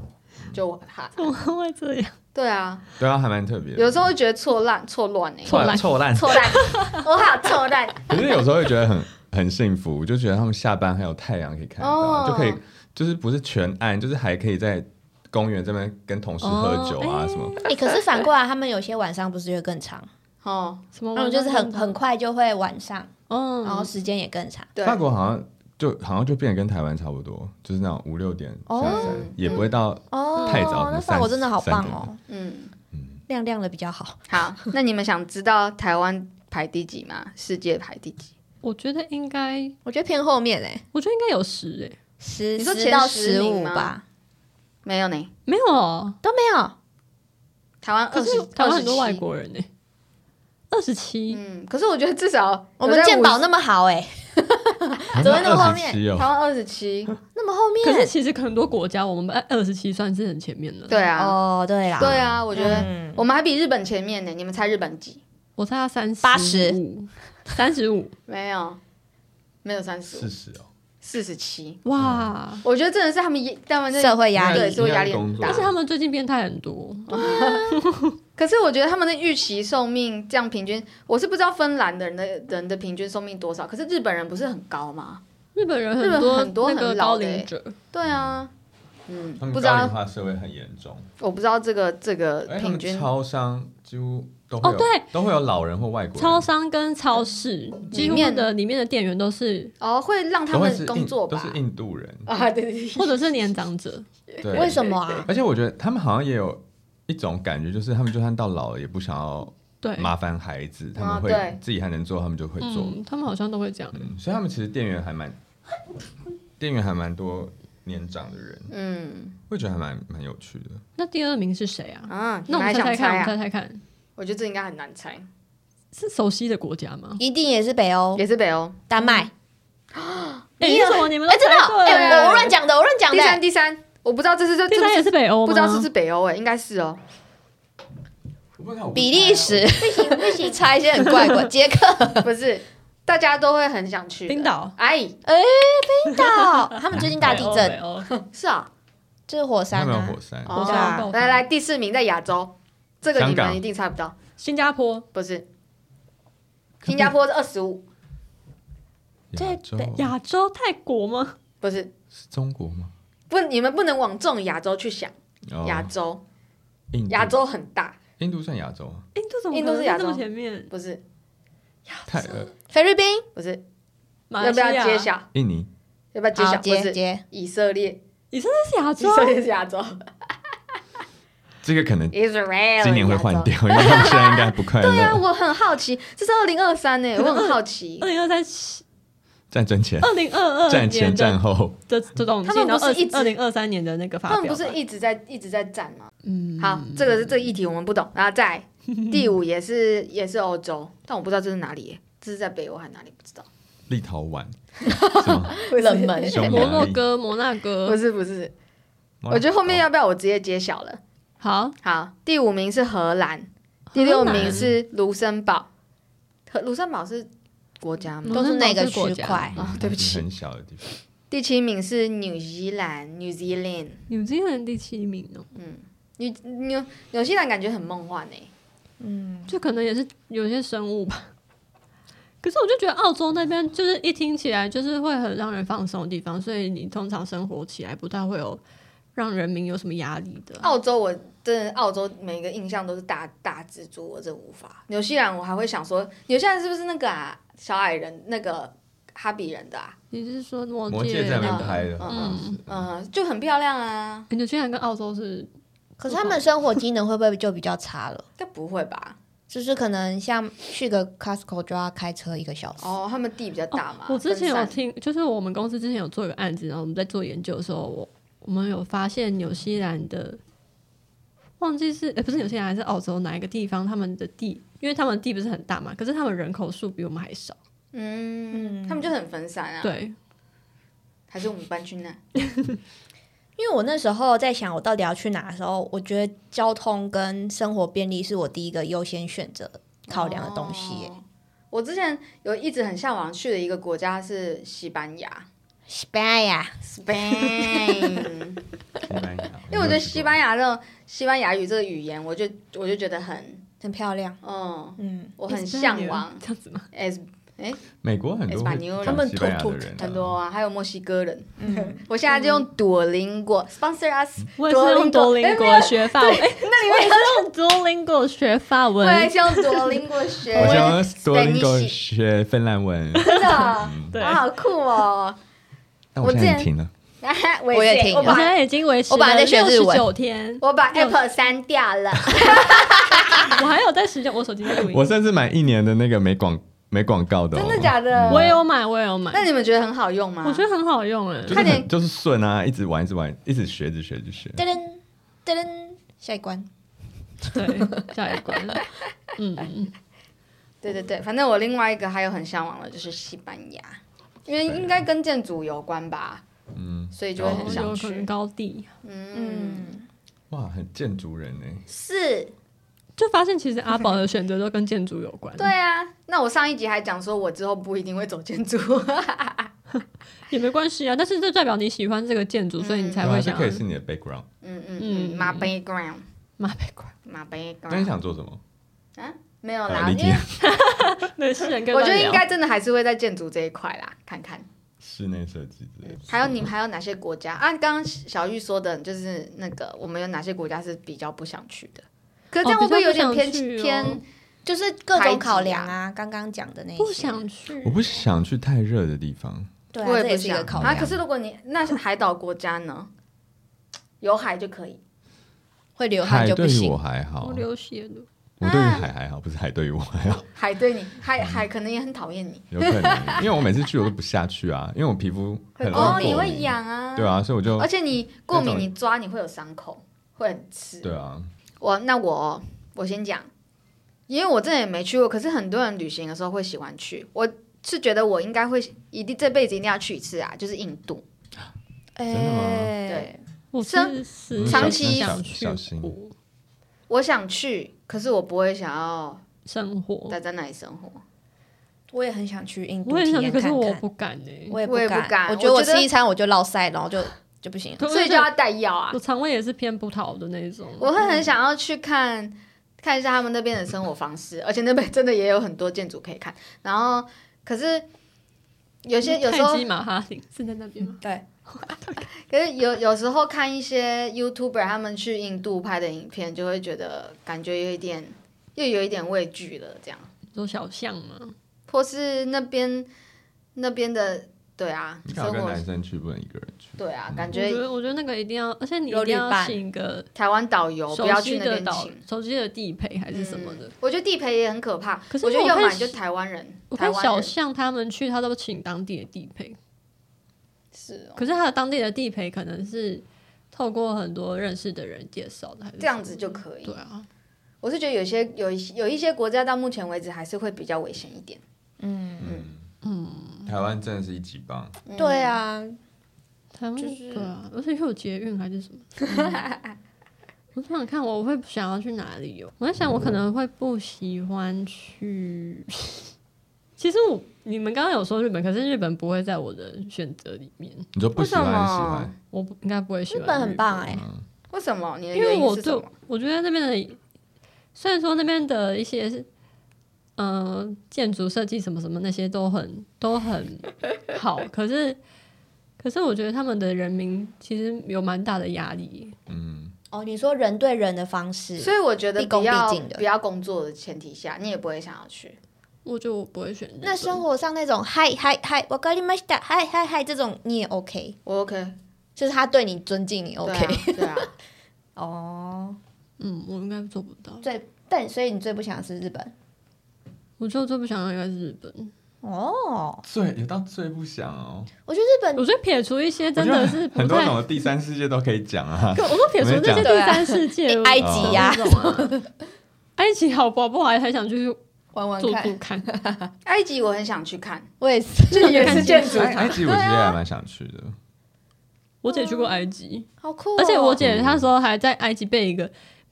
B: 就还，
C: 怎么 会这样？
B: 对啊，
A: 对啊，还蛮特别的。
B: 有时候会觉得错乱错乱哎，
C: 错烂
A: 臭烂，
B: 错乱，我好错乱，
A: 可是有时候会觉得很很幸福，就觉得他们下班还有太阳可以看到，
B: 哦
A: 就可以就是不是全暗，就是还可以在公园这边跟同事喝酒啊什么。
E: 哎、可是反过来，他们有些晚上不是会更长，
B: 哦，
C: 什么
E: 他
C: 晚
E: 们就
C: 上
E: 是很
C: 的
E: 很哦快就会晚上，
C: 嗯，
E: 然后时间也更长。
B: 对，
A: 法国好像就好像就变得跟台湾差不多，就是那种五六点下山，
E: 哦
A: 也不会到
E: 哦
A: 太早可能
E: 那法国
A: 三
E: 真的好
A: 三
E: 棒
A: 点
E: 哦！
B: 嗯，
A: 嗯，
E: 亮亮的比较好。
B: 好，那你们想知道台湾排第几吗？世界排第几？
C: 我觉得应该，
E: 我觉得偏后面嘞、欸
C: 我觉得应该有十欸诶、
E: 十
B: 你说
E: 十
B: 前
E: 到
B: 十
E: 十五
B: 名吗
E: 吧，
B: 没有呢，
C: 没有哦，
E: 都没有。
B: 台湾
C: 可
B: 二
C: 是
B: 十，
C: 台湾很多
B: 27
C: 外。国人呢、二十七，
B: 欸嗯，可是我觉得至少
E: 我们鉴宝那么好哎、怎么会那么后面
A: 27哦
B: 台湾二十七，
E: 那么后面
C: 可是其实很多国家我们二十七算是很前面 的。
B: 对啊，
E: 哦，对啦，
B: 对啊，我觉得
E: 嗯，
B: 我们还比日本前面呢。你们猜日本几？
C: 我猜他三十
E: 80
C: 五，三十五，
B: 没有，没有三十
A: 四
B: 五，
A: 十哦，
B: 四十七。
C: 哇！
B: 我觉得真的是他们也，他们
E: 社
B: 的，
E: 会压
B: 对
E: 力
B: 所以压力很
A: 工作
B: 大
C: 而且他们最近变态很多，
B: 可是我觉得他们的预期寿命这样平均，我是不知道芬兰的人的人的平均寿命多少，可是日本人不是很高吗？
C: 日本人
B: 日本
C: 很
B: 很多
C: 那个
B: 很老
C: 高
B: 的欸
C: 龄者，
B: 对啊，嗯，
A: 他们
B: 不知
A: 高龄
B: 道，
A: 化社会很严重，
B: 我不知道这个这个
A: 哎，他
B: 平
A: 们
B: 均
A: 超商几乎都会有
C: 哦对，
A: 都会有老人或外国人，
C: 超商跟超市
B: 嗯
C: 几乎的里面的店员都是，
B: 哦，会让他
A: 都会
B: 们
A: 是
B: 工
A: 印
B: 作
A: 都
B: 吧
A: 是？印度人，
B: 啊，对对对，
C: 或者是年长者，
A: 对，
E: 为什么啊？
A: 而且我觉得他们好像也有一种感觉，就是他们就算到老了也不想要
C: 对，
A: 麻烦孩子，他
B: 啊
A: 们
B: 对
A: 会自己还能做，他们就会做。
C: 嗯，他们好像都会这样。
A: 嗯，所以他们其实店员还蛮，店员还蛮多年长的人，
B: 嗯
A: 会觉得还蛮蛮有趣的。
C: 那第二名是谁啊？
B: 啊，你
C: 那我
B: 们还想
C: 们猜猜看，
B: 猜啊？
C: 我们猜猜看，
B: 我觉得这应该很难猜，
C: 是熟悉的国家吗？
E: 一定也是北欧、
B: 哦也是北欧，
E: 丹麦。
C: 哎，为什么你们都
E: 哎，真的哦，
C: 猜对了
E: 哎，我我乱讲的，我乱讲
B: 第三
E: 的。
B: 第三，我不知道这是这
C: 第
B: 这
C: 三也
B: 是
C: 是北欧吗？
B: 不知道是不是北欧哎，应该是 哦，
E: 比利时，不行不 行，猜一些很怪怪。捷克，
B: 不是，大家都会很想去的
C: 冰岛。
B: 哎，
E: 冰岛，他们最近大地
C: 北
E: 震，
C: 欧，北
B: 是啊，
E: 就是
A: 他
E: 火山
A: 们有
E: 啊。
A: 火山，
B: 哦
E: 知道啊
C: 欧
B: 来来，第四名在亚洲，这个你
A: 香港
B: 们一定猜不到，
C: 新加坡、
B: 不是，新加坡是二十五，
A: 亚洲
E: 对
C: 亚洲、泰国吗？
B: 不是，
A: 是中国吗？
B: 不，你们不能往这种亚洲去想，
A: 哦嗯
B: 亚洲，
A: 印度
B: 亚洲很大，
A: 印度算亚洲吗？
C: 印度怎么
B: 印度是
C: 可能
B: 亚
C: 这么
B: 洲
C: 前面？
B: 不是，
A: 泰呃
E: 菲律宾，
B: 不是，
C: 马
B: 要
C: 来
B: 不
C: 西亚
B: 要揭晓？
A: 印尼
B: 要不要揭
E: 好
B: 晓？不
E: 接
B: 是，
E: 接，
B: 以色列，
C: 以色列是亚
B: 以
C: 洲，
B: 色列是亚洲
A: 这个可能
B: ，Israel
A: 今年会
B: 亚洲
A: 换。掉，因为他们现在应该不快
B: 对啊，
A: 乐。
B: 我很好奇，这是二零二三呢，
C: 可能
B: 我很好奇
C: 二，零二三、
A: 战争前、
C: 二零二二
A: 战
C: 年
A: 前、
C: 的
A: 战后，
C: 这这种
B: 他们不是一直
C: 二零二三年的那 个发
B: 他
C: 表
B: 们
C: 吧，
B: 不是一直在一直在战吗？
C: 嗯
B: 好，这个是这个议题我们不懂，然后再来第五也是也是欧洲，但我不知道这是哪里耶，这是在北欧还是哪里不知道。
A: 立陶宛是吗？
E: 冷门。
A: 匈
C: 摩
A: 牙
C: 洛
A: 利，
C: 哥、摩 纳
B: 不
C: 哥，
B: 是不是，我觉得后面
A: 哦
B: 要不要我直接揭晓了？
C: 好，
B: 好，第五名是荷兰，第六
C: 荷
B: 名
C: 兰
B: 是卢森堡。荷卢森堡是国家吗？
E: 都是那个
C: 卢森堡
E: 区
C: 是国
E: 块
C: 家，
B: 啊对不起
A: 很小的地方。
B: 第七名是纽西兰，New Zealand。嗯
C: 纽西兰第七名哦，
B: 纽纽纽西兰感觉很梦幻欸诶、
E: 嗯，
C: 就可能也是有些生物吧。 可是我就觉得澳洲那边就是一听起来就是会很让人放松的地方，所以你通常生活起来不太会有让人民有什么压力的。
B: 澳洲我真的澳洲每个印象都是大大蜘蛛，我真无法。纽西兰我还会想说，纽西兰是不是那个啊小矮人那个哈比人的啊？
C: 你是说魔
A: 魔
C: 界
A: 界在那边
B: 的
A: 拍的，
B: 嗯
A: 好像是
B: 嗯，就很漂亮啊，
C: 纽西兰跟澳洲是
E: 可是他们生活机能会不会就比较差了？
B: 应该不会吧？
E: 就是可能像去个 Costco 就要开车一个小时。
B: 哦，他们地比较大嘛。
C: 我之前有
B: 分散
C: 听，就是我们公司之前有做一个案子，然后我们在做研究的时候，我我们有发现纽西兰的，忘记是诶、不是纽西兰还是澳洲哪一个地方，他们的地，因为他们地不是很大嘛，可是他们人口数比我们还少，
B: 嗯，他们就很分散啊。，
C: 对，
B: 还是我们搬去那？
E: 因为我那时候在想我到底要去哪的时候，我觉得交通跟生活便利是我第一个优先选择考量的东西耶、
B: 哦我之前有一直很向往去的一个国家是西班牙
E: 西班牙，
A: 西
B: ，Spain，
A: 班牙
B: 因为我觉得西班牙这种西班牙语这个语言，我就我就觉得很，
E: 很漂亮。
B: 嗯，
E: 嗯，
B: 我很向往
C: 这样子 吗？
B: ，as
A: 美国很多会
B: 他
E: 们
A: 讲西班牙
E: 土
A: 的
E: 土
A: 人啊，
B: 很多啊，还有墨西哥人， 嗯，我现在就用朵林果 sponsor us，
C: 我也是用多邻国学法文，诶
B: 那
C: 我也是用多邻国学法
B: 我
C: 文，
B: 也是用朵林果学，
A: 我想要多邻
B: Spanish
A: 国学芬兰文， 嗯
B: 真的，
C: 对
B: 哇，好酷哦！
A: 但我现在停了。
E: 我也
B: 也啊
E: 听
B: 我
E: 了
B: 把
C: 我现在已经维持
E: 我本来在学日文
C: 九天，
B: 我把 Apple 删掉了。
C: 我还有在使用我手机在录音。
A: 我甚至买一年的那个没广没广告的、哦，
B: 真的假的
A: 嗯
C: 我也有买，我也有买
B: 那，你们觉得很好用吗？
C: 我觉得很好用哎、
A: 就是
B: 快点
A: 很就是顺啊，一直玩，一直玩，一直学，一直学，一直学。
E: 噔噔噔噔，下一关。
C: 对，下一关，嗯，
B: 对对对，反正我另外一个还有很向往的就是西班牙，因
C: 啊
B: 为应该跟建筑有关吧，
A: 嗯，
B: 所以就会
A: 哦
B: 很
C: 然后
B: 想
C: 有可能
B: 去。
C: 高地，
B: 嗯，
E: 嗯，
A: 哇，很建筑人哎，
E: 是
C: 就发现其实阿宝的选择都跟建筑有关，
B: 对，啊。那我上一集还讲说，我之后不一定会走建筑，
C: 也没关系啊。但是这代表你喜欢这个建筑，所以你才
A: 哇
C: 会
A: 这
C: 想
A: 啊可以是你的 background。
B: 嗯嗯嗯，
C: 嗯
B: 马背 ground，
C: 马背馆，
B: 马背
A: 那你
B: ground。
A: 想做什么？
B: 没有
A: 啊
B: 啦，
A: 理
B: 因
A: 解
B: 为
C: 对，是人跟
B: 我觉得
C: 乱
B: 应
C: 聊
B: 该真的还是会在建筑这一块啦，看看。
A: 室内设计之类的。
B: 还有你们还有哪些国家啊？刚刚小玉说的就是那个，我们有哪些国家是比较不想去的？可是这样会不会有点偏、
C: 哦比较不想去哦
B: 偏？
E: 就是各
B: 排挤
E: 种考量
B: 啊
E: 啊，刚刚讲的那些
C: 不想去
A: 我，不想去太热的地方，
E: 对啊，
B: 我也
E: 这
B: 不
E: 也是一
B: 想
E: 个考
B: 啊。
E: 量
B: 可，是如果你那是海岛国家呢，有海就可以。
E: 会流汗
A: 海
E: 就
A: 对
E: 不
A: 于
E: 行
A: 我。还好，
C: 我
A: 我
C: 流血了。
A: 对于海还好，不是海对于我还好，
B: 海对你，海海可能也很讨厌你
A: 有可能，因为我每次去我都不下去啊，因为我皮肤很容易
B: 哦，
A: 过
B: 你
A: 敏
B: 会，痒啊，
A: 对，啊，所以我就
B: 而且你过
A: 那
B: 敏，
A: 种
B: 你抓你会有伤口，会很刺。
A: 对啊，
B: 我那我我先讲，因为我真的也没去过，可是很多人旅行的时候会喜欢去。我是觉得我应该会一定这辈子一定要去一次啊，就是印度。
E: 哎
A: 的吗
B: 对，
C: 我
B: 生
C: 是是
B: 长期
C: 想去
A: 小心
C: 过
B: 我想去，可是我不会想要
C: 生活，
B: 待在那里生活。
E: 我也很想去印度
C: 我很
E: 体
C: 想去，
E: 验
C: 可
E: 看
C: 是
E: 看。
C: 我不敢哎、
E: 我也
B: 我也不
E: 敢，
B: 敢
E: 我觉得
B: 我
E: 我
B: 觉得
E: 吃一餐我就落塞，然后就就不行了。
B: 所以就要带药啊
C: 我。肠胃也是偏葡萄的那种。
B: 我会很想要去看看一下他们那边的生活方式，而且那边真的也有很多建筑可以看。然后，可是有些有时候
C: 泰姬玛哈林是在那边吗？
E: 对，
B: 可是有有时候看一些 YouTuber 他们去印度拍的影片，就会觉得感觉有一点，又有一点畏惧了，这样，
C: 你说嗯小巷吗？
B: 或是那边那边的，对啊，
A: 你要
B: 生
A: 跟
B: 活
A: 男，嗯生去，不能一个人去。
B: 对啊，感
C: 我觉
B: 觉
C: 得，我觉得那个一定要，而且你一
E: 有
C: 定
E: 旅
C: 要
E: 伴
C: 请一个
B: 台湾导游不
C: 熟
B: 要去
C: 悉
B: 那
C: 的
B: 边
C: 导
B: 请，
C: 熟悉的地陪还是什么的
B: 嗯。我觉得地陪也很可怕，
C: 可是
B: 我觉得
C: 我
B: 要不
C: 看
B: 然就
C: 小
B: 台湾人，
C: 我
B: 台
C: 看
B: 湾
C: 小
B: 人
C: 象他们去，他都请当地的地陪，
B: 是哦，
C: 可是他的当地的地陪可能是透过很多认识的人介绍的，还是
B: 这样子就可以
C: 什么。对啊，
B: 我是觉得有些有一些有一些国家到目前为止还是会比较危险一点，
E: 嗯，
A: 嗯台湾真的是一级棒，
B: 嗯
E: 对，啊，
C: 台湾
E: 就是
C: 对啊， 而且又有捷运 还是什么。嗯我想想看，我会想要去哪里哦？我在想，我
E: 嗯
C: 可能会不喜欢去。 其实我你们刚刚有说日本，可是日本不会在我的选择里面，
A: 你就不喜欢
B: 为什么
A: 喜欢，
C: 我不应该不会喜
E: 日
C: 欢。
E: 本很棒哎、
A: 嗯，
B: 为什么你的
C: 因为
B: 原因
C: 我
B: 是什
C: 对
B: 么？
C: 我觉得那边的，虽然说那边的一些是，呃，建筑设计什么什么那些都很都很好，可是可是我觉得他们的人民其实有蛮大的压力。
A: 嗯，
E: 哦，你说人对人的方式，
B: 所以我觉得
E: 毕恭
B: 不
E: 毕
B: 要
E: 敬的
B: 不要工作的前提下，你也不会想要去。
C: 我就我不会选
E: 那生
C: 活
E: 活上那种嗨嗨嗨，我跟你们打嗨嗨嗨这种你也 OK，
B: 我 OK
E: 就是他对你尊敬你 OK
B: 对啊，对啊
E: 哦。
C: 嗯，我应该做不到。
E: 最但所以你最不想的是日本
C: 我就最不想要应该是日本。
E: 哦？
A: 最有到最不想哦，
E: 我觉得日本
C: 我觉得撇除一些真的是不
A: 很多
C: 太，
A: 种的第三世界都可以讲啊，
C: 可我说撇除那些第哎三世界，
E: 对啊埃
A: 及
E: 呀
C: 那种啊埃及好不好？不好，还想去
E: 玩玩
C: 住住
E: 看，
C: 看。
B: 埃及我很想去看，
E: 我也是，哎
B: 这也 是哎建筑
A: 埃埃及我其实还蛮想去的，
C: 我姐去过埃及，
E: 好酷、哦。
C: 而且我姐那时候还在埃及被一个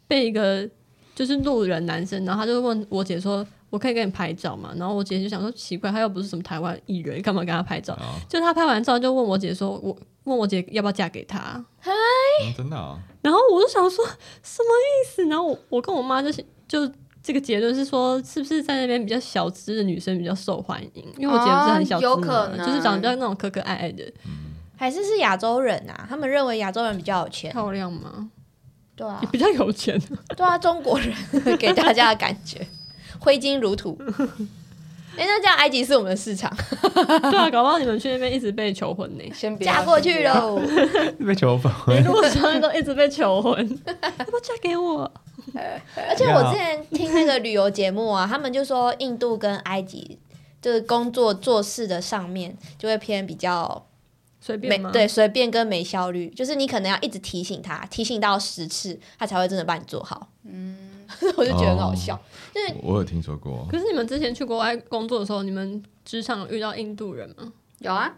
C: 被一个就是路人男生，然后他就问我姐说：“我可以跟你拍照吗？”然后我姐就想说：“奇怪，他又不是什么台湾艺人，干嘛跟他拍照
A: 哦？”
C: 就他拍完照就问我姐说：“我问我姐要不要嫁给他
B: 哎
A: 嗯真的哦，？”
C: 然后我就想说什么意思？然后我我跟我妈就是就。这个结论是说，是不是在那边比较小资的女生比较受欢迎？因为我姐不是很小资
B: 哦有
C: 嘛
B: 可能
C: 就是长得比较那种可可爱爱的，
E: 还是是亚洲人啊，他们认为亚洲人比较有钱，
C: 漂亮吗？
E: 对啊
C: 也， 比较有钱。
E: 对啊，中国人给大家的感觉挥金如土。哎、那这样埃及是我们的市场，
C: 对啊，搞不好你们去那边一直被求婚呢、
B: 先不要
E: 嫁过去。
B: 先不要
E: 喽。
A: 被求婚。
C: 一路上都一直被求婚， 要不要嫁给我？
E: 而且我之前听那个旅游节目啊，他们就说印度跟埃及就是工作做事的上面就会偏比较
C: 随
E: 没
C: 便吗？
E: 对，随便跟没效率，就是你可能要一直提醒他，提醒到十次，他才会真的帮你做好。嗯， 我就觉得很好笑。
A: 我我有听说过，
C: 可是你们之前去国外工作的时候，你们职场有遇到印度人吗？
B: 有啊，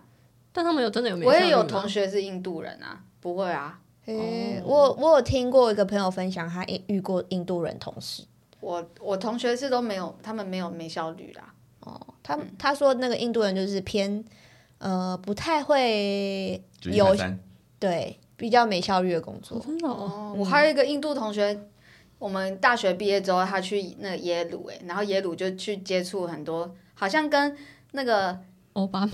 C: 但他们有真的有没？
B: 我也有同，学是印度人啊，不会啊，
C: 哦
E: 诶我我有听过一个朋友分享，他遇遇过印度人同事
B: 我我同学是都没有，他们没有没效率啦。
E: 哦，他
C: 嗯
E: 他说那个印度人就是偏呃不太会
A: 举一
E: 有
A: 反三
E: 对比较没效率的工作，
C: 真的哦，
E: 嗯
B: 我还有一个印度同学，我们大学毕业之后，他去那个耶鲁，哎，然后耶鲁就去接触很多，好像跟那个
C: 欧巴马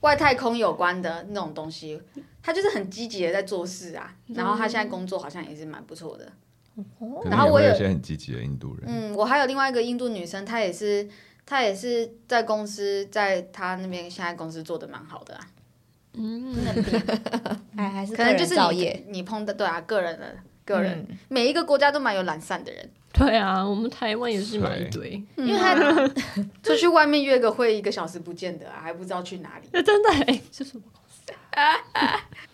B: 外太空有关的那种东西，他就是很积极的在做事啊。然后他现在工作好像也是蛮不错的。
A: 可
B: 然
A: 能
B: 后
A: 也
B: 我
A: 会有
B: 有
A: 一些很积极的印度人。
B: 嗯，我还有另外一个印度女生，她也是，她也是在公司，在她那边现在公司做的蛮好的啊。
C: 嗯
E: 哎，还是
B: 可
E: 个
B: 能
E: 人
B: 就是
E: 造业。
B: 你你碰的对啊，个人的个人，
E: 嗯
B: 每一个国家都蛮有懒散的人，
C: 对啊，我们台湾也是买一堆，
E: 嗯
B: 因为
C: 嗯
B: 他出去外面约个会，一个小时不见得啊，还不知道去哪里。
C: 那 真的哎，是什么？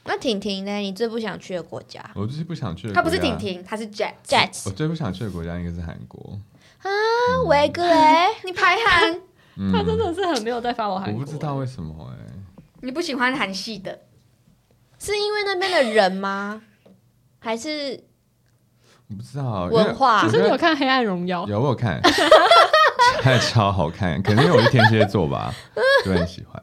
E: 那婷婷呢？你最不想去的国家
A: 我就是不想去的。
B: 她不是婷，婷，她是 Jack。
E: ？Jets
A: 我最不想去的国家应该是韩国。
E: 啊，维格雷，
B: 你 排韩，
A: 嗯，
C: 他真的是很没有在发我韩
A: 我
C: 国，
A: 不知道为什么哎、
B: 你不喜欢韩系的，
E: 是因为那边的人吗？还是
A: 我不知道因为
E: 文化
C: 可
A: 我
C: 是
A: 觉
C: 你有
A: 得
C: 看《黑暗荣耀》？
A: 有我有看， 看超好看，可能因为我是天蝎座吧，就很喜欢。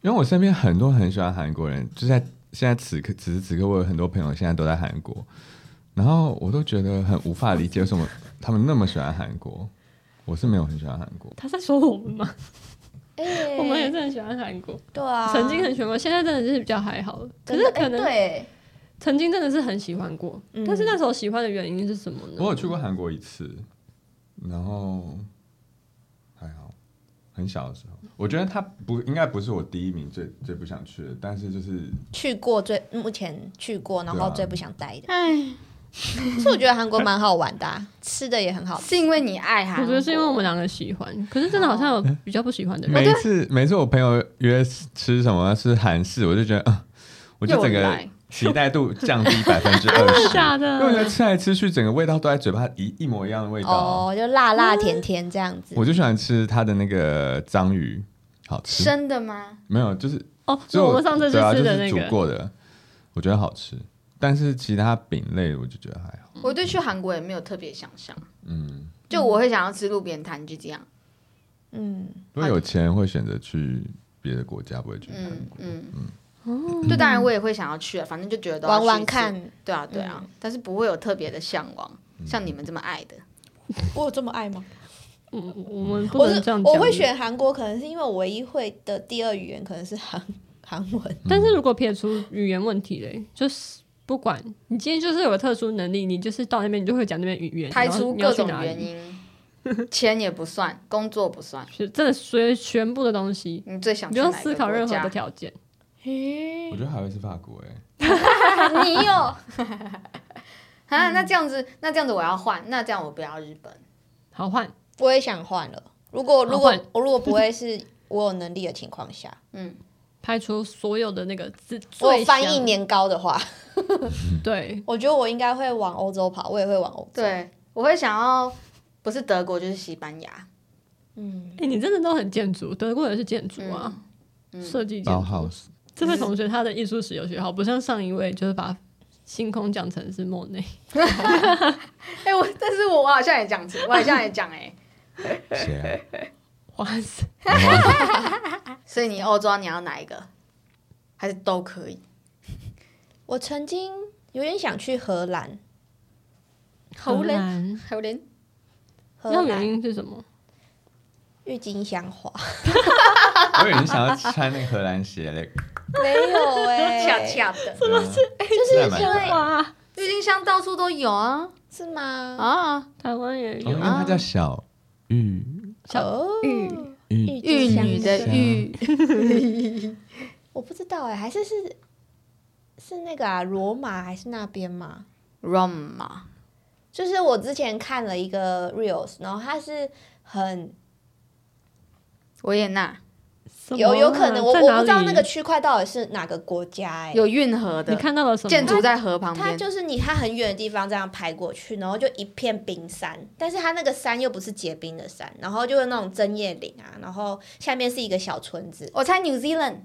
A: 因为我身边很多很喜欢韩国人，就在现在此刻此时此刻，我有很多朋友现在都在韩国，然后我都觉得很无法理解，为什么他们那么喜欢韩国。我是没有很喜欢韩国，
C: 他在说我们吗？
E: 哎、
C: 我们也是很喜欢韩国，
E: 对啊，
C: 曾经很喜欢过，现在真的是比较还好了。可
E: 真
C: 是
E: 的
C: 可能
E: 哎对
C: 曾经真的是很喜欢过，
E: 嗯
C: 但是那时候喜欢的原因是什么呢？
A: 我有去过韩国一次，然后还好，很小的时候，我觉得它不应该不是我第一名最最不想去的，但是就是
E: 去过最目前去过，然后
A: 对啊
E: 最不想待的。
B: 哎，
E: 其实我觉得韩国蛮好玩的、啊，吃的也很好吃。
B: 是因为你爱韩国？
C: 我觉得是因为我们两个喜欢，可是真的好像
E: 啊
C: 有比较不喜欢的人。
A: 每次每次我朋友约吃什么吃韩式，我就觉得啊、我就整个
B: 又
A: 嗯
B: 来
A: 期待度降低百分之二 十，
C: 假
A: 因为我觉
C: 的
A: 得，吃来吃去，整个味道都在嘴巴一一模一样的味道。
E: 哦，就辣辣甜甜这样子。
A: 我就喜欢吃它的那个章鱼，好吃。
B: 生的吗？
A: 没有，就是
C: 哦，
A: 就是
C: 我们上次去
A: 对啊
C: 吃的
A: 就是
C: 那
A: 煮
C: 个，
A: 过的，我觉得好吃。但是其他饼类我就觉得还好，
B: 我对去韩国也没有特别想象，
A: 嗯，
B: 就我会想要吃路边摊，就这样。
E: 嗯，
A: 如果有钱会选择去别的国家，不会去韩
B: 嗯
A: 国。
B: 嗯嗯，就当然我也会想要去啊，反正就觉得都要
E: 玩玩
B: 去一次。
E: 看。嗯
B: 对啊，对啊，但是不会有特别的向往，
A: 嗯
B: 像你们这么爱的。
E: 我有这么爱吗？
C: 嗯，我们不
E: 我
C: 能
E: 是
C: 这样讲。
E: 我会，选韩国，可能是因为我唯一会的第二语言可能是韩 韩文。
C: 但是如果撇除语言问题嘞，就是不管你今天就是有个特殊能力，你就是到那边你就会讲那边语言，
B: 排
C: 然后
B: 除
C: 你要
B: 各
C: 去
B: 种
C: 哪里
B: 原，因，钱也不算，工作不算，
C: 是真的所有全部的东西，
B: 你最想
C: 你
B: 去
C: 就
B: 哪
C: 要
B: 一
C: 思
B: 个
C: 考
B: 国
C: 任何的
B: 家？
C: 条件。
A: 我觉得还会是法国哎、
E: 你有
C: 嗯
B: 啊，那这样子，那这样子我要换，那这样我不要日本。
C: 好换，
E: 我也想换了。如果如果
C: 换
E: 我如果不会是 我有能力的情况下，
C: 排除所有的那个字，
E: 我
C: 最
E: 有翻译
C: 香
E: 年糕的话，
C: 对，
E: 我觉得我应该会往欧洲跑，我也会往欧洲。，
B: 对，我会想要，不是德国就是西班牙。
E: 嗯，
C: 哎、你真的都很建筑，德国也是建
B: 嗯
C: 筑啊，设计建
A: 包
C: 筑。
A: house，
C: 这位同学他的艺术史有学好，不像上一位就是把星空讲成是莫内。
B: 哎、我但是我我好像也讲错，我好像也讲哎、
A: 谁 啊？
C: 哇塞，
B: 所以你欧洲你要哪一个？还是都可以？
E: 我曾经有点想去荷兰，
B: 荷兰
C: 兰，
B: 还有点
E: 荷
C: 那原
E: 兰
C: 因是什么？
E: 郁金香花
A: 我有点想要穿那个荷兰鞋嘞，
E: 没有 哎、
B: 恰恰的。
A: 什么是？
B: 哎
E: 就是
A: 那蛮
E: 因为
C: 哇，
B: 郁金香到处都有啊
E: 是吗？
B: 啊！
C: 台湾也
A: 哦因为
C: 有，
A: 它叫小玉
C: 小玉
E: 嗯
A: 玉
B: 玉女的
A: 香
B: 玉，
E: 我不知道哎、还是是是那个啊，罗马还是那边嘛？
B: Roma，
E: 就是我之前看了一个 reels，然后它是很
B: 维也纳
C: 什么啊
E: 有有可能我
C: 在
E: 我
C: 哪
E: 不知道
C: 里
E: 那个区块到底是哪个国家哎、
B: 有运河
C: 你
B: 的
C: 看到了什么
B: 建筑在河旁
E: 它
B: 边，
E: 就是你，它很远的地方这样拍过去，然后就一片冰山，但是它那个山又不是结冰的山，然后就是那种针叶林啊，然后下面是一个小村子。
B: 我猜 New Zealand，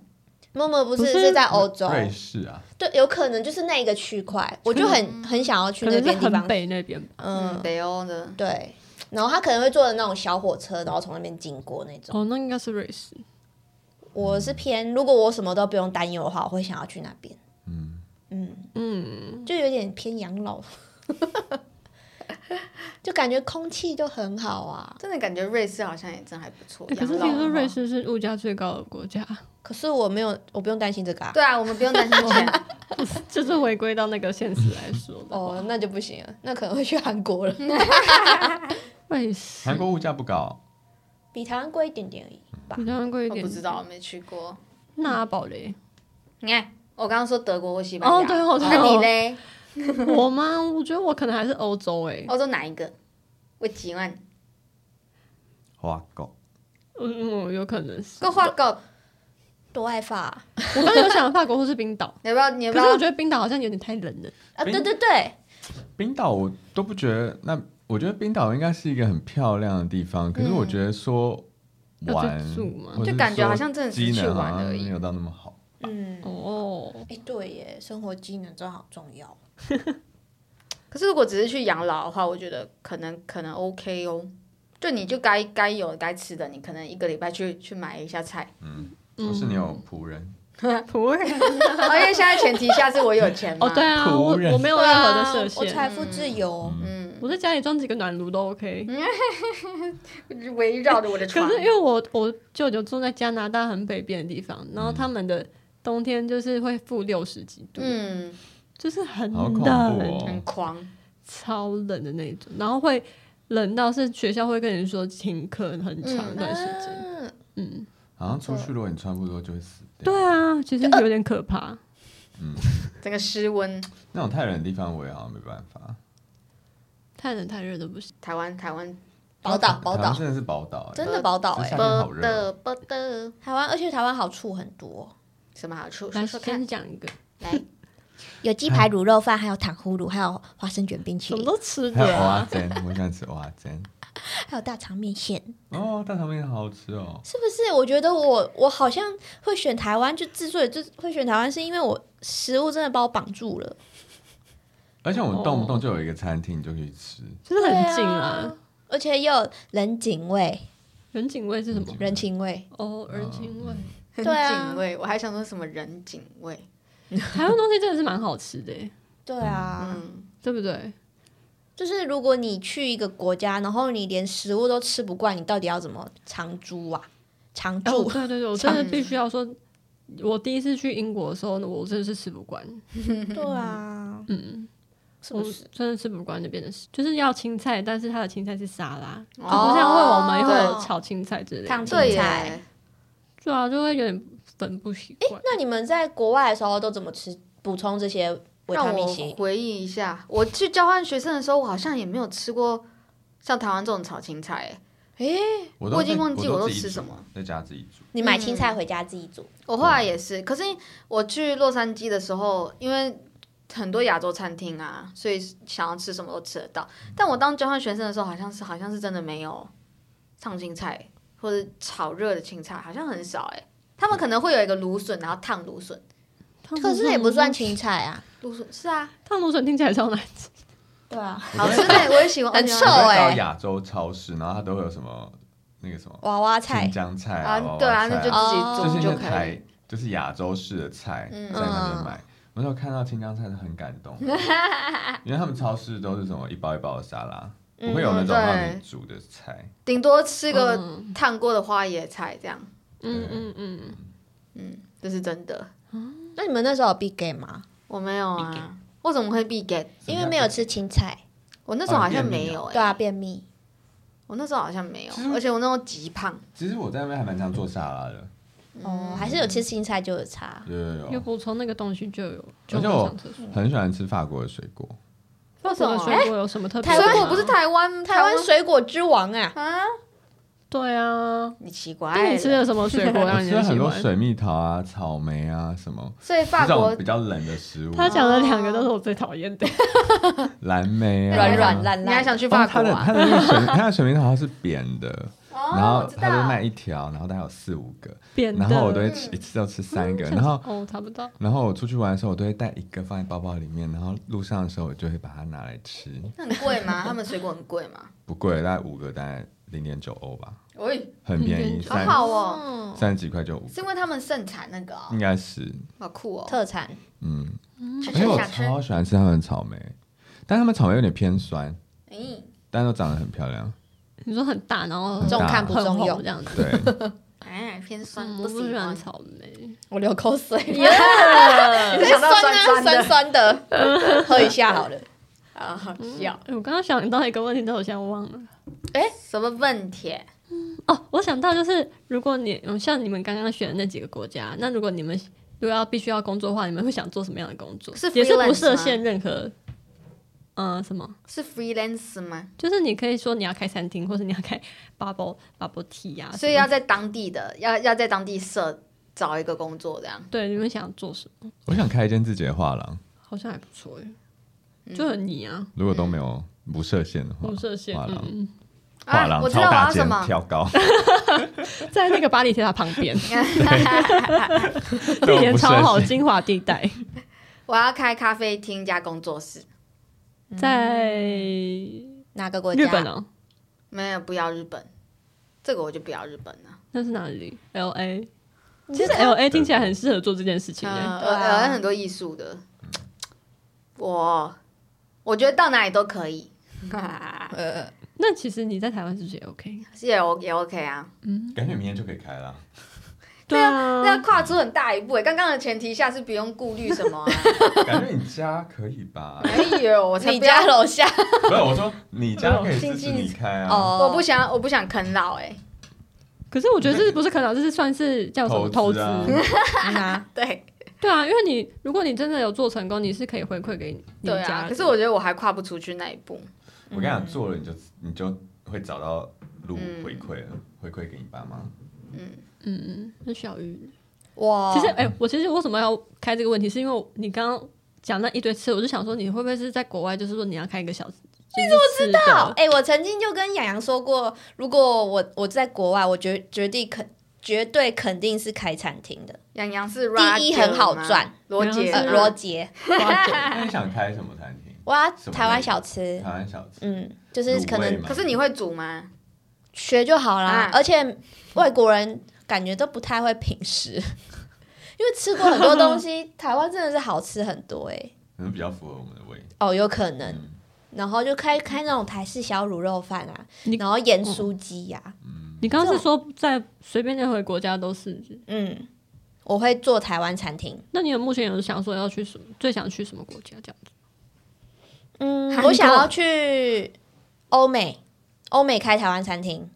E: 默默不
C: 不
E: 是
C: 是
E: 是在欧洲，
A: 瑞士啊，
E: 对，有可能就是那一个区块，我就很很想要去
C: 嗯可
E: 那
C: 能是
E: 边地
C: 很
E: 方，
C: 北那边吧。
E: 嗯
B: 嗯，，北欧的，
E: 对。然后他可能会坐的那种小火车，然后从那边经过那种。
C: 哦，那应该是瑞士。
E: 我是偏，如果我什么都不用担忧的话，我会想要去那边，
A: 嗯，
E: 嗯，
C: 嗯，
E: 就有点偏养老， 就感觉空气就很好啊。
B: 真的感觉瑞士好像也真还不错。
C: 欸可
B: 养
C: 是
B: 老
C: 听说
B: 的话
C: 瑞士是物价最高的国家，
E: 可是我没有，我不用担心这个啊。
B: 对啊，我们不用担心 钱。
C: 就是回归到那个现实来说的话，
E: 哦，那就不行了，那可能会去韩国了，
C: 瑞士
A: 韩国物价不高，
E: 比台湾贵一点点而已吧
C: 比。台湾贵一
B: 我
C: 点。
B: 不知道，我没去过。
C: 那阿宝 嘞？
B: 你看，我刚刚说德国或西班牙，
C: 哦对我知道
B: 那你
C: 哦
B: 嘞？
C: 我吗？我觉得我可能还是欧洲哎、
E: 哦
B: 欧洲哪一个？我几万？
A: 哇够。
C: 嗯，我有可能是。
E: 哦
B: 跟法国，
E: 多爱发啊！
C: 我刚刚有想法国或是 冰岛，
B: 你要不要？你要
C: 可
B: 不
C: 是我
B: 要？
C: 觉得冰岛好像有点太冷了。
E: 啊
A: 冰
E: 对对对，
A: 冰岛我都不觉得，那我觉得冰岛应该是一个很漂亮的地方，可
B: 嗯
A: 是我觉得说
C: 要去
A: 玩
C: 住吗
A: 或是
B: 就感觉
A: 说
B: 好像真的只是
A: 机能啊
B: 去玩
A: 好像
B: 而已
A: 没有到那么好。
E: 嗯，
C: 哦，
E: 哎对耶，生活技能真的好重要。
B: 可是如果只是去养老的话，我觉得可能可能 OK 哦。就你就该该有的该吃的，你可能一个礼拜去去买一下菜。嗯
A: 不嗯哦是你有仆人，
C: 仆人
B: 哦，因为现在前提下是我有钱 嘛。
C: 哦，对啊，我
A: 仆人
C: 我没有
E: 对
C: 任何的
E: 啊，
C: 设
E: 我
C: 限，
E: 财富自由。
B: 嗯，
C: 我在家里装几个暖炉都 OK。
B: 围绕着我的
C: 可
B: 床。
C: 是因为我我舅舅住在加拿大很北边的地方，然后他们的冬天就是会负六十几度，
B: 嗯，
C: 就是很
A: 好恐
C: 冷，
A: 怖哦
B: 很狂。
C: 超冷的那种，然后会冷到是学校会跟你说停课很长一段时间，
E: 嗯，
C: 嗯，
A: 好像出去如果你穿不多就会死掉。
C: 对啊，其实有点可怕。
B: 整个失温，
A: 那种太冷的地方我也好像没办法。
C: 太冷太热都不行，
B: 台湾台湾
E: 宝岛宝
A: 好像
E: 岛
A: 真的是宝岛、欸，
E: 真的宝岛
A: 这
E: 哎
A: 夏，天好
B: 波
A: 热
B: 的
A: 哦。
B: 波的
E: 台湾，而且台湾好处哦很多，
B: 什么好处？
C: 来
B: 说说看
C: 先，讲一个，
E: 有鸡排、卤肉饭，还有糖葫芦，还有花生卷冰淇
C: 什么
E: 淋，
C: 都吃
A: 还有
C: 的
A: 蚵
C: 啊，
A: 仔煎，我想吃蚵仔煎。
E: 还有大肠面线，
A: 哦，大肠面好好吃哦。
E: 是不是？我觉得我我好像会选台湾，就之所以就会选台湾，是因为我食物真的把我绑住了。
A: 而且我们动不动就有一个餐厅，你就可以吃。
C: 就是很
E: 对
C: 近啊。，
E: 而且又有人情味、
C: 人情味是什么？
E: 人情味，
C: 哦，人情味，
B: 很
E: 对啊
B: 警卫，我还想说什么人警卫，
C: 台湾东西真的是蛮好吃的耶，
E: 对啊，
B: 嗯，
C: 对不对？
E: 就是如果你去一个国家，然后你连食物都吃不惯，你到底要怎么长住啊？长
C: 哦，
E: 住，
C: 对对对，我真的必须要说，我第一次去英国的时候，我真的是吃不惯，
E: 对啊，
C: 嗯，
E: 是
C: 我
E: 不是？
C: 真的吃不惯那边的食，就是要青菜，但是它的青菜是沙拉，
B: 哦
C: 就不像会我们会有
B: 对
C: 炒青菜之类
E: 烫
C: 的，
E: 青
B: 对
E: 菜
B: 耶，
C: 对啊，就会有点分不习惯。
E: 那你们在国外的时候都怎么吃补充这些维他
B: 让
E: 命
B: 我
E: C？
B: 回忆一下，我去交换学生的时候，我好像也没有吃过像台湾这种炒青菜耶，
A: 我
B: 我已经忘记我
A: 我
B: 都
A: 自己
B: 吃
A: 煮
B: 什么，
A: 在家自己煮。
E: 你买青
B: 嗯
E: 菜回家自己煮，
B: 我后来也是，可是我去洛杉矶的时候，因为很多亚洲餐厅啊，所以想要吃什么都吃得到。但我当交换学生的时候，好像是好像是真的没有烫青菜或者炒热的青菜，好像很少哎、他们可能会有一个芦笋，然后烫芦笋，
C: 烫
E: 可是也不算
C: 芦笋
E: 青菜啊。
B: 芦笋是 啊，
C: 烫芦笋听起来超难吃，
E: 对啊，
B: 好吃的我也喜欢，哦
E: 很
B: 我喜
E: 臭
B: 欢
A: 我
E: 欸
A: 在到亚洲超市，然后它都会有什么那个什么
E: 娃娃菜
A: 青，江菜
B: 啊
A: 娃，娃
B: 对啊，
A: 菜
B: 那就
E: 哦
A: 就
B: 自
A: 是
B: 己
A: 那
B: 做
A: 个
B: 就可以。
A: 台，就是亚洲式的菜，
B: 嗯
A: 在那边买。我那时候看到青江菜是很感动， 因为他们超市都是什么一包一包的沙拉，
E: 嗯
A: 不会有那种
B: 对
A: 让你煮的菜。
B: 顶多吃个
C: 嗯
B: 烫过的花椰菜这样，
C: 嗯嗯嗯，
B: 嗯，这是真的。
E: 那你们那时候有 big game 吗？
B: 我没有啊，我怎么会必 get？
E: 因为没有吃青菜，
B: 我那时候好像
A: 便秘
B: 没
A: 啊
B: 有哎、
E: 对啊，便秘。
B: 我我那时候好像没有，而且我那时候极胖，
A: 其实我在那边还蛮常做沙拉的，
B: 嗯
E: 哦，还是有吃青菜就有差。
A: 有有
C: 有
A: 有，
C: 补充那个东西就有，就
A: 而且
C: 会
A: 我
C: 上厕所。
A: 很喜欢吃法国的水果，
C: 为什么水果有什么特别
E: 哎
C: 的吗？
B: 水果不是嗯台湾
E: 台湾
B: 湾
E: 水果之王啊，
B: 啊？
C: 对啊。
B: 你奇怪欸
C: 那
B: 了，
C: 你吃了什么水果
A: 我
C: 让你
A: 吃了
C: 喜
A: 很多
C: 欢？
A: 水蜜桃啊、草莓啊什么，
B: 所以法
A: 这
B: 国
A: 种比较冷的食物，啊
C: 他讲的两个都是我最讨厌的，
A: 蓝莓啊，
E: 软软烂烂。
B: 你还想去
A: 哦
B: 法
A: 它
B: 国
A: 的
B: 啊？哦
A: 它的那个水，它的水蜜桃它是扁的，然后
B: 我知
A: 它就
B: 道
A: 卖一条，然后大概有四五个，
C: 扁的。
A: 然后我都会吃一次要吃三个，
B: 嗯
C: 像
A: 然后
C: 哦，查不到。
A: 然后我出去玩的时候，我都会带一个放在包包里面，然后路上的时候我就会把它拿来吃，
B: 那很贵吗？他们水果很贵吗？
A: 不贵，大概五个大概零点九欧吧，
B: 喂，
A: 很便宜，
C: 0.9
B: 好
A: 三
B: 好哦，
E: 哦，
A: 三十几块就五，
B: 是因为他们盛产那个哦
A: 应，该是
B: 好酷哦。
E: 特产
A: 嗯，
B: 去
A: 而且我
B: 想吃，
A: 超喜欢吃他们的草莓，但他们草莓有点偏酸，
B: 咦，
A: 但都长得很漂亮，
C: 你说很嗯大，然后
A: 很大
E: 重看不
C: 很
E: 重
C: 红
E: 用
C: 这，样子。
A: 对，
B: 哎，偏酸，
C: 嗯
B: 不
C: 我不喜
B: 喜
C: 欢
B: 欢。
C: 草 莓，
E: 我流口水。
C: 哎
B: 你想到
E: 啊，
B: 酸
E: 酸酸的，喝一下好了。
B: 啊，好笑。
C: 哎我刚刚想到一个问题，但我现在忘了。
B: 哎，什么问题？
C: 哦，我想到就是，如果你嗯像你们刚刚选的那几个国家，那如果你们如果要必须要工作的话，你们会想做什么样的工作？
B: 是
C: 也是
B: freelance
C: 不设
B: 吗
C: 限任何，嗯、什么？
B: 是 freelance 吗？
C: 就是你可以说你要开餐厅，或者你要开 bubble bubble tea 啊
A: 啊
C: 呀、
B: 所以要在当地的，要要在当地设找一个工作这样。
C: 对你们想做什么？
A: 我想开一间自己的画廊，
C: 好像还不错耶，
B: 嗯
C: 就很你啊，
A: 如果都没有无设限的话，
C: 无设限，
A: 画廊。
C: 嗯，
A: 画
B: 啊，
A: 廊
B: 我知
A: 超
B: 道我
A: 大
B: 要什
A: 间
B: 么，
A: 跳高，
C: 嗯在那个巴黎铁塔旁边，地点超好，精华地带，
B: 我要开咖啡厅加工作室。
C: 在
E: 哪个国家？
C: 日本哦，
B: 没有，不要日本，这个我就不要日本了。
C: 那是哪里？L A。其实 L A 听起来很适合做这件事情耶，
B: 嗯，
E: 对啊
B: 有有很多艺术的。我我觉得到哪里都可以，
E: 呃，
C: 那其实你在台湾是不是也 OK？
B: 是也 O 也 OK 啊。
A: 感觉明天就可以开了。
C: 对啊
B: 那要跨出很大一步诶，欸刚刚的前提下是不用顾虑 什么啊。？
A: 感觉你家可以吧
B: 哎呦，我才
E: 你
B: 不要
E: 家，楼下哦
A: 不
B: 哦
A: 是，我说你家可以支持你开
E: 嗯
A: 啊。
B: 我不想我不想啃老哎。
C: 可是我觉得这是不是可能，这是算是叫什么
A: 投
C: 投资？
A: 啊，
C: 嗯
E: 啊，
B: 对
C: 对啊，因为你如果你真的有做成功，你是可以回馈给你你
B: 对
C: 家
B: 啊，
C: 人。
B: 可是我觉得我还跨不出去那一步。
A: 我跟你讲，做了你就你就会找到路
B: 嗯
A: 回馈了，回馈给你爸 妈。
C: 嗯，那小鱼，
E: 哇，
C: 其实哎、我其实为什么要开这个问题，是因为你刚刚讲那一堆吃，我就想说你会不会是在国外，就是说你要开一个小，你怎么知
E: 好，？哎、我曾经就跟洋洋说过，如果我我在国外，我决决定肯绝对肯定是开餐厅的。
B: 杨洋是
E: 第一很好
B: Roger 吗
E: 赚，
B: 罗杰
C: 嗯
E: 呃，罗杰，
A: 那你想开什么餐厅？
E: 我要
A: 什么
E: 台湾小吃
A: 台，湾小吃。
E: 嗯，就是可
A: 卤味
E: 能
A: 嘛
B: 可是你会煮吗？
E: 学就好啦。
B: 啊
C: 嗯
E: 而且外国人感觉都不太会品食，因 为吃过很多东 西，台湾真的是好吃很多哎、
A: 可能比较符合我们的胃。
E: 哦，有可能。
A: 嗯
E: 然后就开开那种台式小卤肉饭啊
C: 你，
E: 然后盐酥鸡啊呀、
C: 你刚刚是说在随便任何国家都是，
E: 嗯，我会做台湾餐厅。
C: 那你有目前有想说要去什么，最想去什么国家这样子？
E: 嗯
B: 韩，国
E: 我想要去欧美，欧美开台湾餐厅，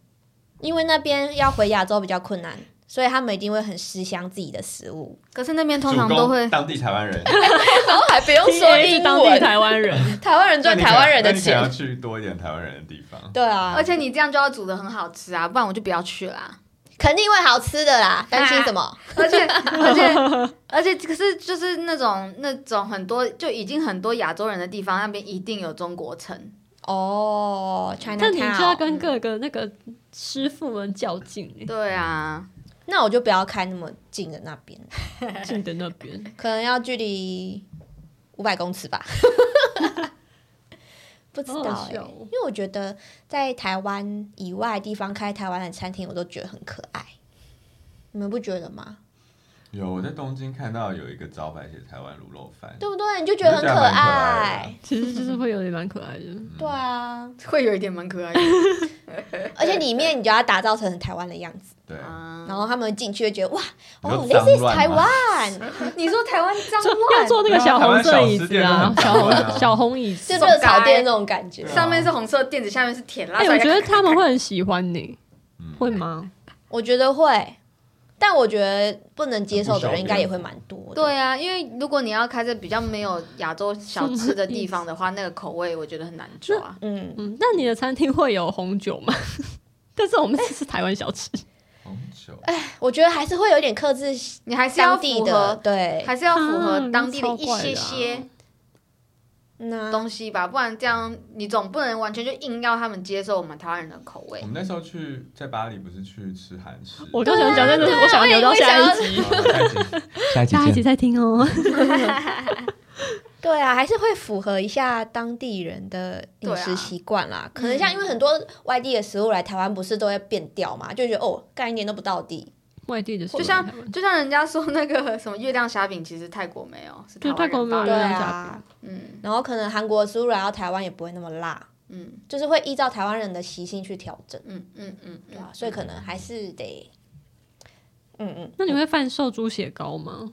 E: 因为那边要回亚洲比较困难，所以他们一定会很思乡自己的食物。
B: 可是那边通常都
A: 主攻
B: 会，
A: 当地台湾人，
E: 然后还不用
C: TA 是当 地台湾 人，
E: 台湾人赚台湾人的
A: 那你可能要
E: 钱。
A: 去多一点台湾人的地方。
E: 对啊
B: 而，且你这样就要煮的很好吃啊，不然我就不要去啦。
E: 肯定会好吃的 啦，担心什么？
B: 而且 而且而且，可是就是那种那种很多就已经很多亚洲人的地方，那边一定有中国城。
E: 哦，China
C: 那你就要
E: Town，
C: 跟各个那个师傅们较劲、欸，
B: 对啊，
E: 那我就不要开那么近的那边，
C: 近的那边。
E: 可能要距离五百公尺吧。 不知道、
C: 好好
E: 欸，
C: 笑哦
E: 因为我觉得在台湾以外的地方开台湾的餐厅，我都觉得很可爱。你们不觉得吗？
A: 有我在东京看到有一个招牌写台湾卤肉饭，
E: 对不对？你就觉得很可爱，
C: 其实就是会有点蛮可爱的。
E: 对啊，
B: 会有一点蛮可爱
E: 而且里面你就要打造成很台湾的样子，
A: 对，
E: 然
B: 的。
E: 后他们进去就觉得哇，
A: 你说
E: 哦，this
A: 脏
E: is
A: 乱吗
E: 台湾，
B: 你说台湾脏
C: 要
B: 乱，
C: 做那个小红色椅子啊，
A: 台
C: 小
A: 湾小吃店都很可爱啊
C: 红小红椅子
E: 就。热炒店那种感觉
A: 对。啊
B: 上面是红色垫子，下面是甜辣
C: 哎，
B: 椒。
C: 我觉得他们会很喜欢你，
A: 嗯
C: 会吗？
E: 我觉得会，但我觉得不能接受的人应该也会蛮多的。
B: 对啊，因为如果你要开在比较没有亚洲小吃的地方的话，那个口味我觉得很难抓。
E: 嗯，
C: 嗯，那你的餐厅会有红酒吗？ 但是我们这是台湾小吃，
A: 红酒，
E: 我觉得还是会有点克制
B: 你还是要
E: 当地
B: 符
E: 的，
B: 合，
E: 对，
B: 还是要符合
C: 啊
B: 当地的
C: 那
B: 一
C: 超怪
B: 些
C: 的啊
B: 些
E: 那
B: 东西吧，不然这样你总不能完全就硬要他们接受我们台湾人的口味
A: 我。们那时候去在巴黎不是去吃韩食，
C: 我刚想讲，但是我想留到下一集，
A: 下一集
C: 下一集再听哦。
E: 对啊，还是会符合一下当地人的饮
B: 对啊
E: 食习惯啦。可能像因为很多外地的食物来台湾，不是都会变调嘛，就觉得哦，干一年都不到地。
C: 外地的，
B: 就像就像人家说那个什么月亮虾饼，其实泰国没有，是
C: 就
B: 台湾
C: 泰国
B: 人
C: 没
B: 发
C: 有人
E: 对
B: 明。
E: 啊
C: 家
B: 嗯
E: 然后可能韩国的食物来到台湾也不会那么辣，
B: 嗯
E: 就是会依照台湾人的习性去调整，
B: 嗯嗯嗯
E: 对啊
B: 嗯，，
E: 所以可能还是得，嗯嗯，
C: 那你会贩售猪血糕吗？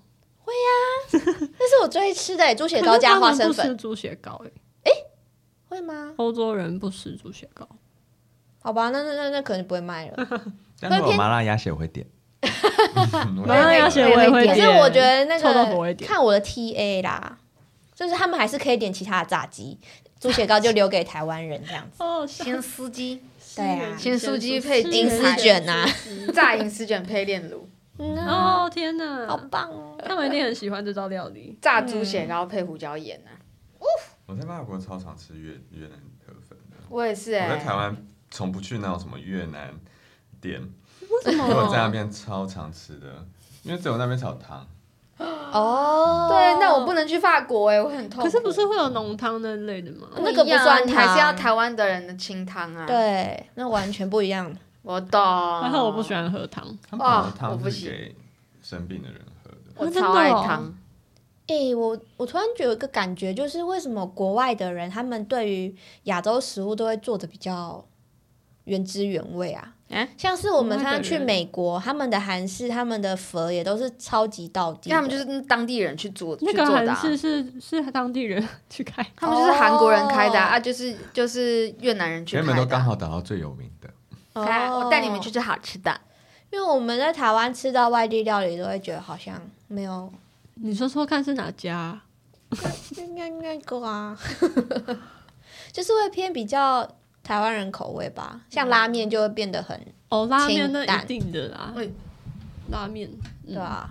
E: 这是我最爱吃的欸猪血糕加花生
C: 可
E: 粉，
C: 是他们不吃猪血糕，哎，
E: 会吗？
C: 欧洲人不吃猪血糕，
E: 好吧，那那那那可能不会卖了。
A: 但是我麻辣鸭血我会点，麻
C: 麻辣 鸭血我也会
E: 可
C: 点，
E: 是我觉得那
C: 臭豆腐
E: 个
C: 我也点
E: 看我的 TA 啦，就是他们还是可以点其他的炸鸡，猪血糕就留给台湾人这样 子。
C: 哦，
B: 鲜司鸡、
E: 对啊，
B: 鲜酥鸡配
E: 银
B: 金
E: 丝
B: 丝
E: 卷啊，
B: 炸银丝卷配炼乳、
E: 嗯啊，
C: 哦天哪，
E: 好棒哦！
C: 他们一定很喜欢这道料理。
B: 炸猪血糕配胡椒盐啊。
A: 我在法国超常吃越越南河粉的，
B: 我也是
A: 我在台
B: 哎，
A: 湾从不去那种什么越南店，
C: 为什
A: 因为我在 那边超常吃的，因为只有那边才有汤。
E: 哦，
B: 对，那我不能去法国哎，我很痛苦。
C: 可是不是会有浓汤那类的吗？
E: 那个不
B: 一样啊
E: 算
B: 你还是要
E: 汤
B: 台湾的人的清汤啊。，
E: 对，那完全不一样。
B: 我懂。
C: 还好我不喜欢喝汤，
A: 他们好像
B: 哦我不
A: 汤是
B: 行
A: 给生病的人喝的，
B: 我
C: 真
B: 超
C: 的
B: 爱
C: 哦
B: 汤，
E: 诶、我我突然觉得有一个感觉，就是为什么国外的人他们对于亚洲食物都会做的比较原汁原味啊？
B: 诶
E: 像是我们常常
C: 国
E: 去
C: 外的人
E: 美国，他们的韩式、他们的佛也都是超级到底
B: 因
E: 的，
B: 为他们就是当地人去做去
C: 那个
B: 做的
C: 韩
B: 啊。
C: 式是是当地人去开，
B: 他们就是韩国人开的
E: 哦
B: 啊，啊就是就是越南人去
A: 原
B: 开
A: 本
B: 的
A: 都刚
B: 啊。
A: 好找到最有名的。
B: 开，啊
E: 哦
B: 我带你们去，吃好吃的。啊
E: 因为我们在台湾吃到外地料理都会觉得好像没有，
C: 你说说看是哪家？啊
E: 应该应该够啊， 就是会偏比较台湾人口味吧，像拉面就会变得很，
C: 哦，拉面
E: 清
C: 那
E: 淡
C: 一定的啦
B: 喂，
C: 拉面。嗯
E: 对
B: 啊
E: 啊吧、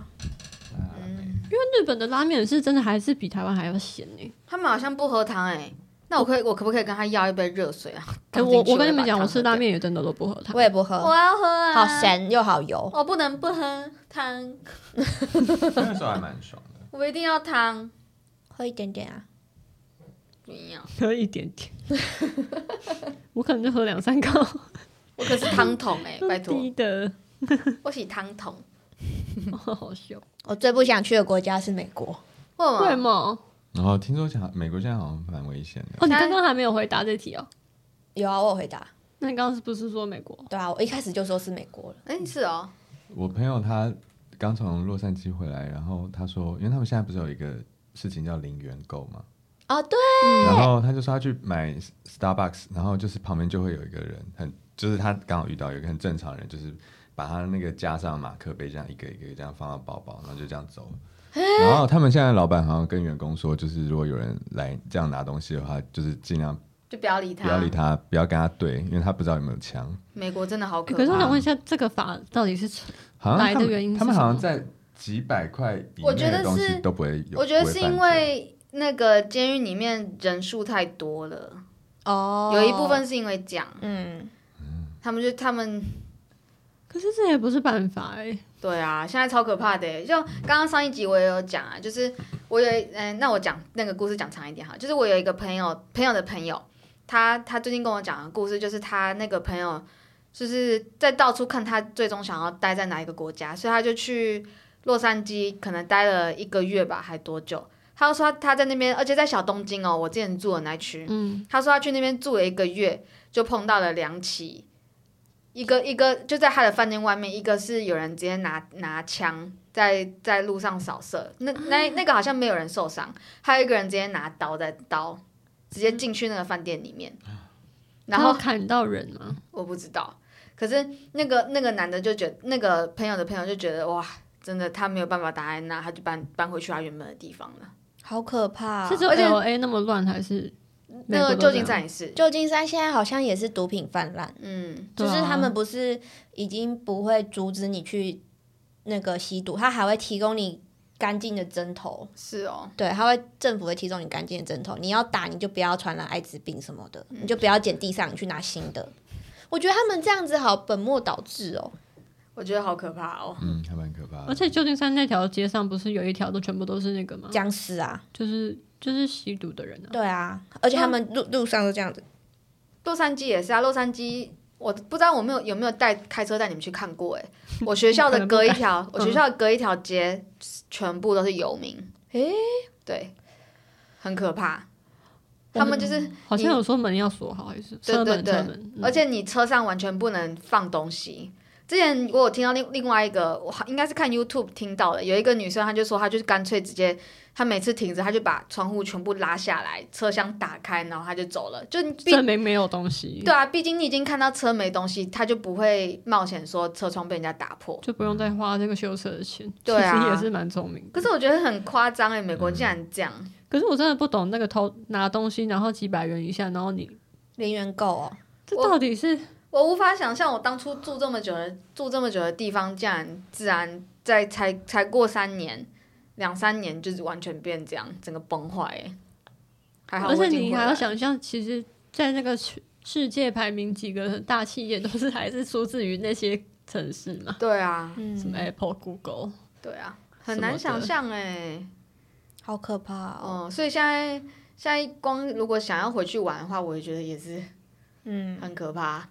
A: 啊
B: 嗯，
C: 因为日本的拉面是真的还是比台湾还要咸呢、
B: 他们好像不喝汤哎，那我可以我可不可以跟他要一杯热 水啊？
C: 哎，
B: 倒
C: 我
B: 进去
C: 我跟你们
B: 就把
C: 讲，我
B: 汤
C: 吃
B: 喝
C: 拉
B: 掉，
C: 面也真的都不喝汤
E: 我。也不
B: 我
E: 喝，
B: 要喝啊，
E: 好，咸又好油。
B: 我不能不喝汤，
A: 那时候还蛮爽的，
B: 我一定要汤，
E: 喝一点点啊，
B: 不要，
C: 喝一点点， 我可能就喝两三口，
B: 我可是汤桶 哎，拜托
C: 低，的，
B: 我洗汤桶，
C: 好笑。
E: 我最不想去的国家是美国，
B: 为
C: 为
B: 什
C: 什
B: 么？
C: 么？
A: 然后听说讲美国现在好像蛮危险的，
C: 哦，你刚刚还没有回答这题哦。
E: 有啊，我有回答，
C: 那你刚刚是不是说美国？
E: 对啊，我一开始就说是美国了，
B: 哎，是哦，
A: 我朋友他刚从洛杉矶回来，然后他说，因为他们现在不是有一个事情叫零元购嘛，
E: 哦，对，
A: 然后他就说他去买 Starbucks，然后就是旁边就会有一个人，很就是他刚好遇到有一个很正常的人，就是把他那个加上马克杯这样一个一个这样放到包包，然后就这样走了。然后他们现在老板好像跟员工说，就是如果有人来这样拿东西的话，就是尽量
B: 就不要理他，
A: 不要理他，不要跟他对，因为他不知道有没有枪。
B: 美国真的好
C: 欸
B: 可
C: 可是我
B: 怕。
C: 想问一下，这个法到底是
A: 好像
C: 来
A: 他
C: 的
A: 们
C: 原因是
A: 他们好像
C: 什么
A: 在几百块以
B: 我觉
A: 内
B: 得
A: 的东
B: 是
A: 西都不会有。
B: 我觉得
A: 不会
B: 是
A: 犯
B: 因
A: 罪
B: 为那个监狱里面人数太多了，
E: 哦，
B: 有一部，分是因为这样，
E: 嗯，
B: 他们就他们
C: 可是这也不是办法哎、
B: 对啊，现在超可怕的耶。就刚刚上一集我也有讲啊，就是我有嗯、那我讲那个故事讲长一点哈，就是我有一个朋友朋友的朋友，他他最近跟我讲的故事，就是他那个朋友就是在到处看他最终想要待在哪一个国家，所以他就去洛杉矶可能待了一个月吧，还多久？他就说他他在那边，而且在小东京哦，我之前住的那区，
C: 嗯，
B: 他说他去那边住了一个月，就碰到了两起，一个一个就在他的饭店外面，一个是有人直接拿拿枪在在路上扫射，那那那个好像没有人受伤，还有一个人直接拿刀在刀直接进去那个饭店里面，然
C: 他
B: 后
C: 有砍到人吗？
B: 我不知道，可是那个那个男的就觉那个朋友的朋友就觉得哇，真的他没有办法打在那，他就搬搬回去他原本的地方了。
E: 好可怕、
C: 是只有
B: 啊而且
C: L A 那么乱，还是美
B: 那
C: 国
B: 个
C: 都
B: 旧
C: 这
B: 金
C: 样
B: 山也是，
E: 旧金山现在好像也是毒品泛滥，
B: 嗯，
E: 就
C: 对啊
E: 是他们不是已经不会阻止你去那个吸毒，他还会提供你干净的针头。
B: 是哦，
E: 对，他会政府会提供你干净的针头，你要打你就不要传染艾滋病什么的，你就不要捡地上，你去拿新的。我觉得他们这样子好本末倒置哦。
B: 我觉得好可怕哦。
A: 嗯，还蛮可怕的。
C: 而且旧金山那条街上不是有一条都全部都是那个吗？
E: 僵尸啊，
C: 就是就是吸毒的人啊。
E: 对啊，而且他们路路上都这样子，
B: 洛杉矶也是啊，洛杉矶我不知道我没有有没有带开车带你们去看过哎、 我学校
C: 可
B: 的
C: 能不
B: 隔一
C: 敢
B: 条，我学校的隔一条街全部都是游民，
E: 诶
B: 对，很可怕。他们就是，
C: 好像
B: 你
C: 有说门要锁好，还是
B: 对
C: 车
B: 对
C: 门
B: 对
C: 车门，嗯
B: 而且你车上完全不能放东西。之前我有听到另另外一个，我好应该是看 YouTube 听到的，有一个女生，她就说她就是干脆直接，她每次停着，她就把窗户全部拉下来，车厢打开，然后她就走了。就你毕
C: 证明没有东西，
B: 对啊，毕竟你已经看到车没东西，他就不会冒险说车窗被人家打破。
C: 就不用再花这个修车的钱。
B: 对啊
C: 其实也是蛮聪明的。
B: 可是我觉得很夸张哎，美国竟然这样，
C: 可是我真的不懂那个偷拿东西，然后几百元以下，然后你
E: 零元购哦。
C: 这
B: 我
C: 到底是
B: 我无法想象我当初住这么久的住这么久的地方，竟然自然在才才过三年，两三年就是完全变这样，整个崩坏哎。还好我
C: 而
B: 已
C: 且
B: 经
C: 你
B: 回
C: 还
B: 来
C: 要
B: 了
C: 想象，其实，在那个世世界排名几个大企业，都是还是出自于那些城市嘛，
B: 对啊，
C: 什么
E: 嗯，
C: Apple、Google。
B: 对啊，很
C: 什
B: 难
C: 么
B: 想
C: 的
B: 象哎。
E: 好可怕哦。
B: 哦、所以现在现在光如果想要回去玩的话，我也觉得也是
E: 嗯，
B: 很可怕，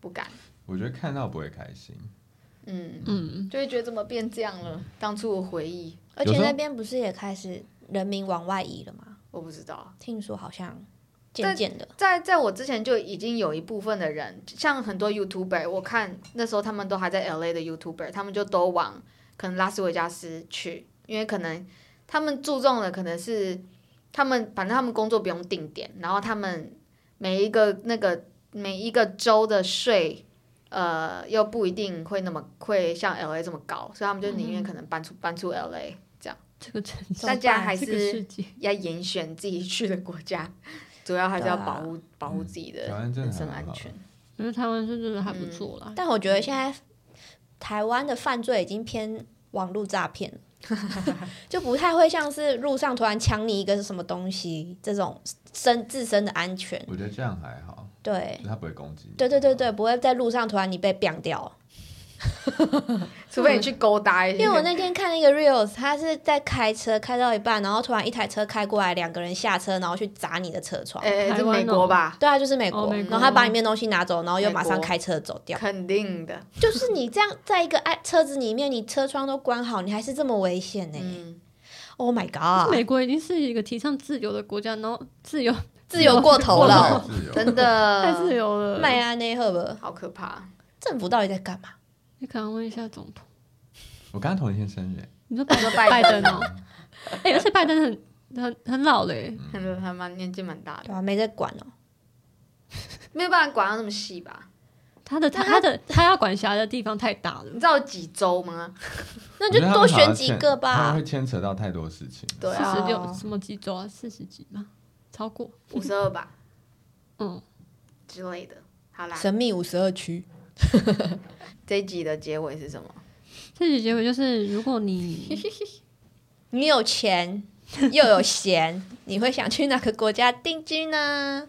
B: 不敢。
A: 我觉得看到不会开心，
B: 嗯，
C: 嗯，
B: 就会觉得怎么变这样了？当初我回忆，
E: 而
A: 有
E: 且
A: 时候
E: 那边不是也开始人民往外移了吗？
B: 我不知道，
E: 听说好像
B: 但
E: 渐渐的，
B: 在在我之前就已经有一部分的人，像很多 YouTuber，我看那时候他们都还在 LA 的 YouTuber，他们就都往可能拉斯维加斯去，因为可能他们注重的可能是他们反正他们工作不用定点，然后他们每一个那个每一个州的税。呃，又不一定会那么会像 L A 这么高，所以他们就宁愿可能搬出、搬出 L A 这样。
C: 这个城
E: 怎
C: 市，
E: 么
B: 大家
E: 办
B: 还
C: 这个世
B: 是
C: 界，
B: 要严选自己去的国家， 主要还是要保护保护自己的
A: 嗯台湾真的
B: 人身
A: 还
B: 安
A: 好
B: 全。
C: 因为台湾是真的还不错啦。
E: 但我
B: 嗯
E: 觉得现在台湾的犯罪已经偏网络诈骗了。 就不太会像是路上突然抢你一个什么东西这种身自身的安全，
A: 我觉得这样还好，
E: 对
A: 就，是他不会攻击你。
E: 对对对对，不会在路上突然你被 biang 掉。
B: 除非你去勾搭一些，
E: 因为我那天看那个 reels，他是在开车开到一半，然后突然一台车开过来，两个人下车，然后去砸你的车窗。
B: 哎、
C: 台
B: 是
C: 湾
B: 美国吧？
E: 对啊，就是美国，
C: 哦美国
E: 然后他把里面东西拿走，然后又马
B: 美
E: 上
B: 国
E: 开车走掉。
B: 肯定的，
E: 就是你这样在一个爱车子里面，你车窗都关好，你还是这么危险呢、
B: 嗯，
E: Oh my
C: 但
E: god！
C: 美国已经是一个提倡自由的国家，然后自由
E: 自由过头了，
A: 自由，
B: 真
C: 太自
B: 的，
C: 由了。
E: 迈阿密赫伯
B: 好可怕。
E: 政府到底在干嘛？
C: 你可能问一下总统，
A: 我刚刚同一天生日，
C: 你说拜
B: 说
C: 登
B: 拜
C: 拜
B: 登
C: 登哦，哎，而且拜登很很很老嘞，
B: 很还蛮年纪蛮大的，
E: 对啊，没在管哦、
B: 没有办法管到那么细吧？
C: 他的他的他要管辖的地方太大了
B: 你。知道有几州吗？
E: 那就多选几
A: 他
E: 个
A: 们
E: 吧
A: 会。牵扯到太多事情。
B: 对
C: 四
B: 啊，
C: 十六什么几周啊？四十几吗？超过？
B: 五十二吧
C: 嗯，
B: 之类的。好啦，
E: 神秘五十二区，
B: 这一集的结尾是什么？
C: 这集结尾就是，如果 你
E: 你有钱又有闲，你会想去哪个国家定居呢？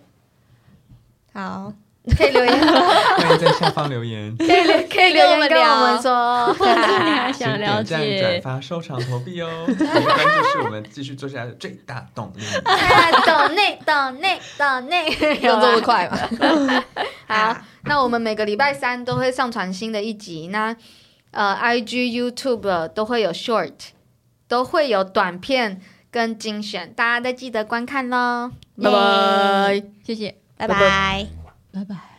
E: 好，
B: 可以留言，
A: 欢迎在下方留言，
B: 可以留，可以留言跟我们说。
C: 或者 是你还想
A: 请
C: 了
A: 点赞、转
C: 解，
A: 发、收藏、投币哦。你的关注是我们继续做下来的最大动力。
B: 懂内懂内懂 内，
E: 用这么快吗？
B: 好，那我们每个礼拜三都会上传新的一集。那呃 IG、YouTube 都会有 short，都会有短片跟精选，大家再记得观看喽，拜拜。
C: 谢谢，
E: 拜拜。
C: 拜拜。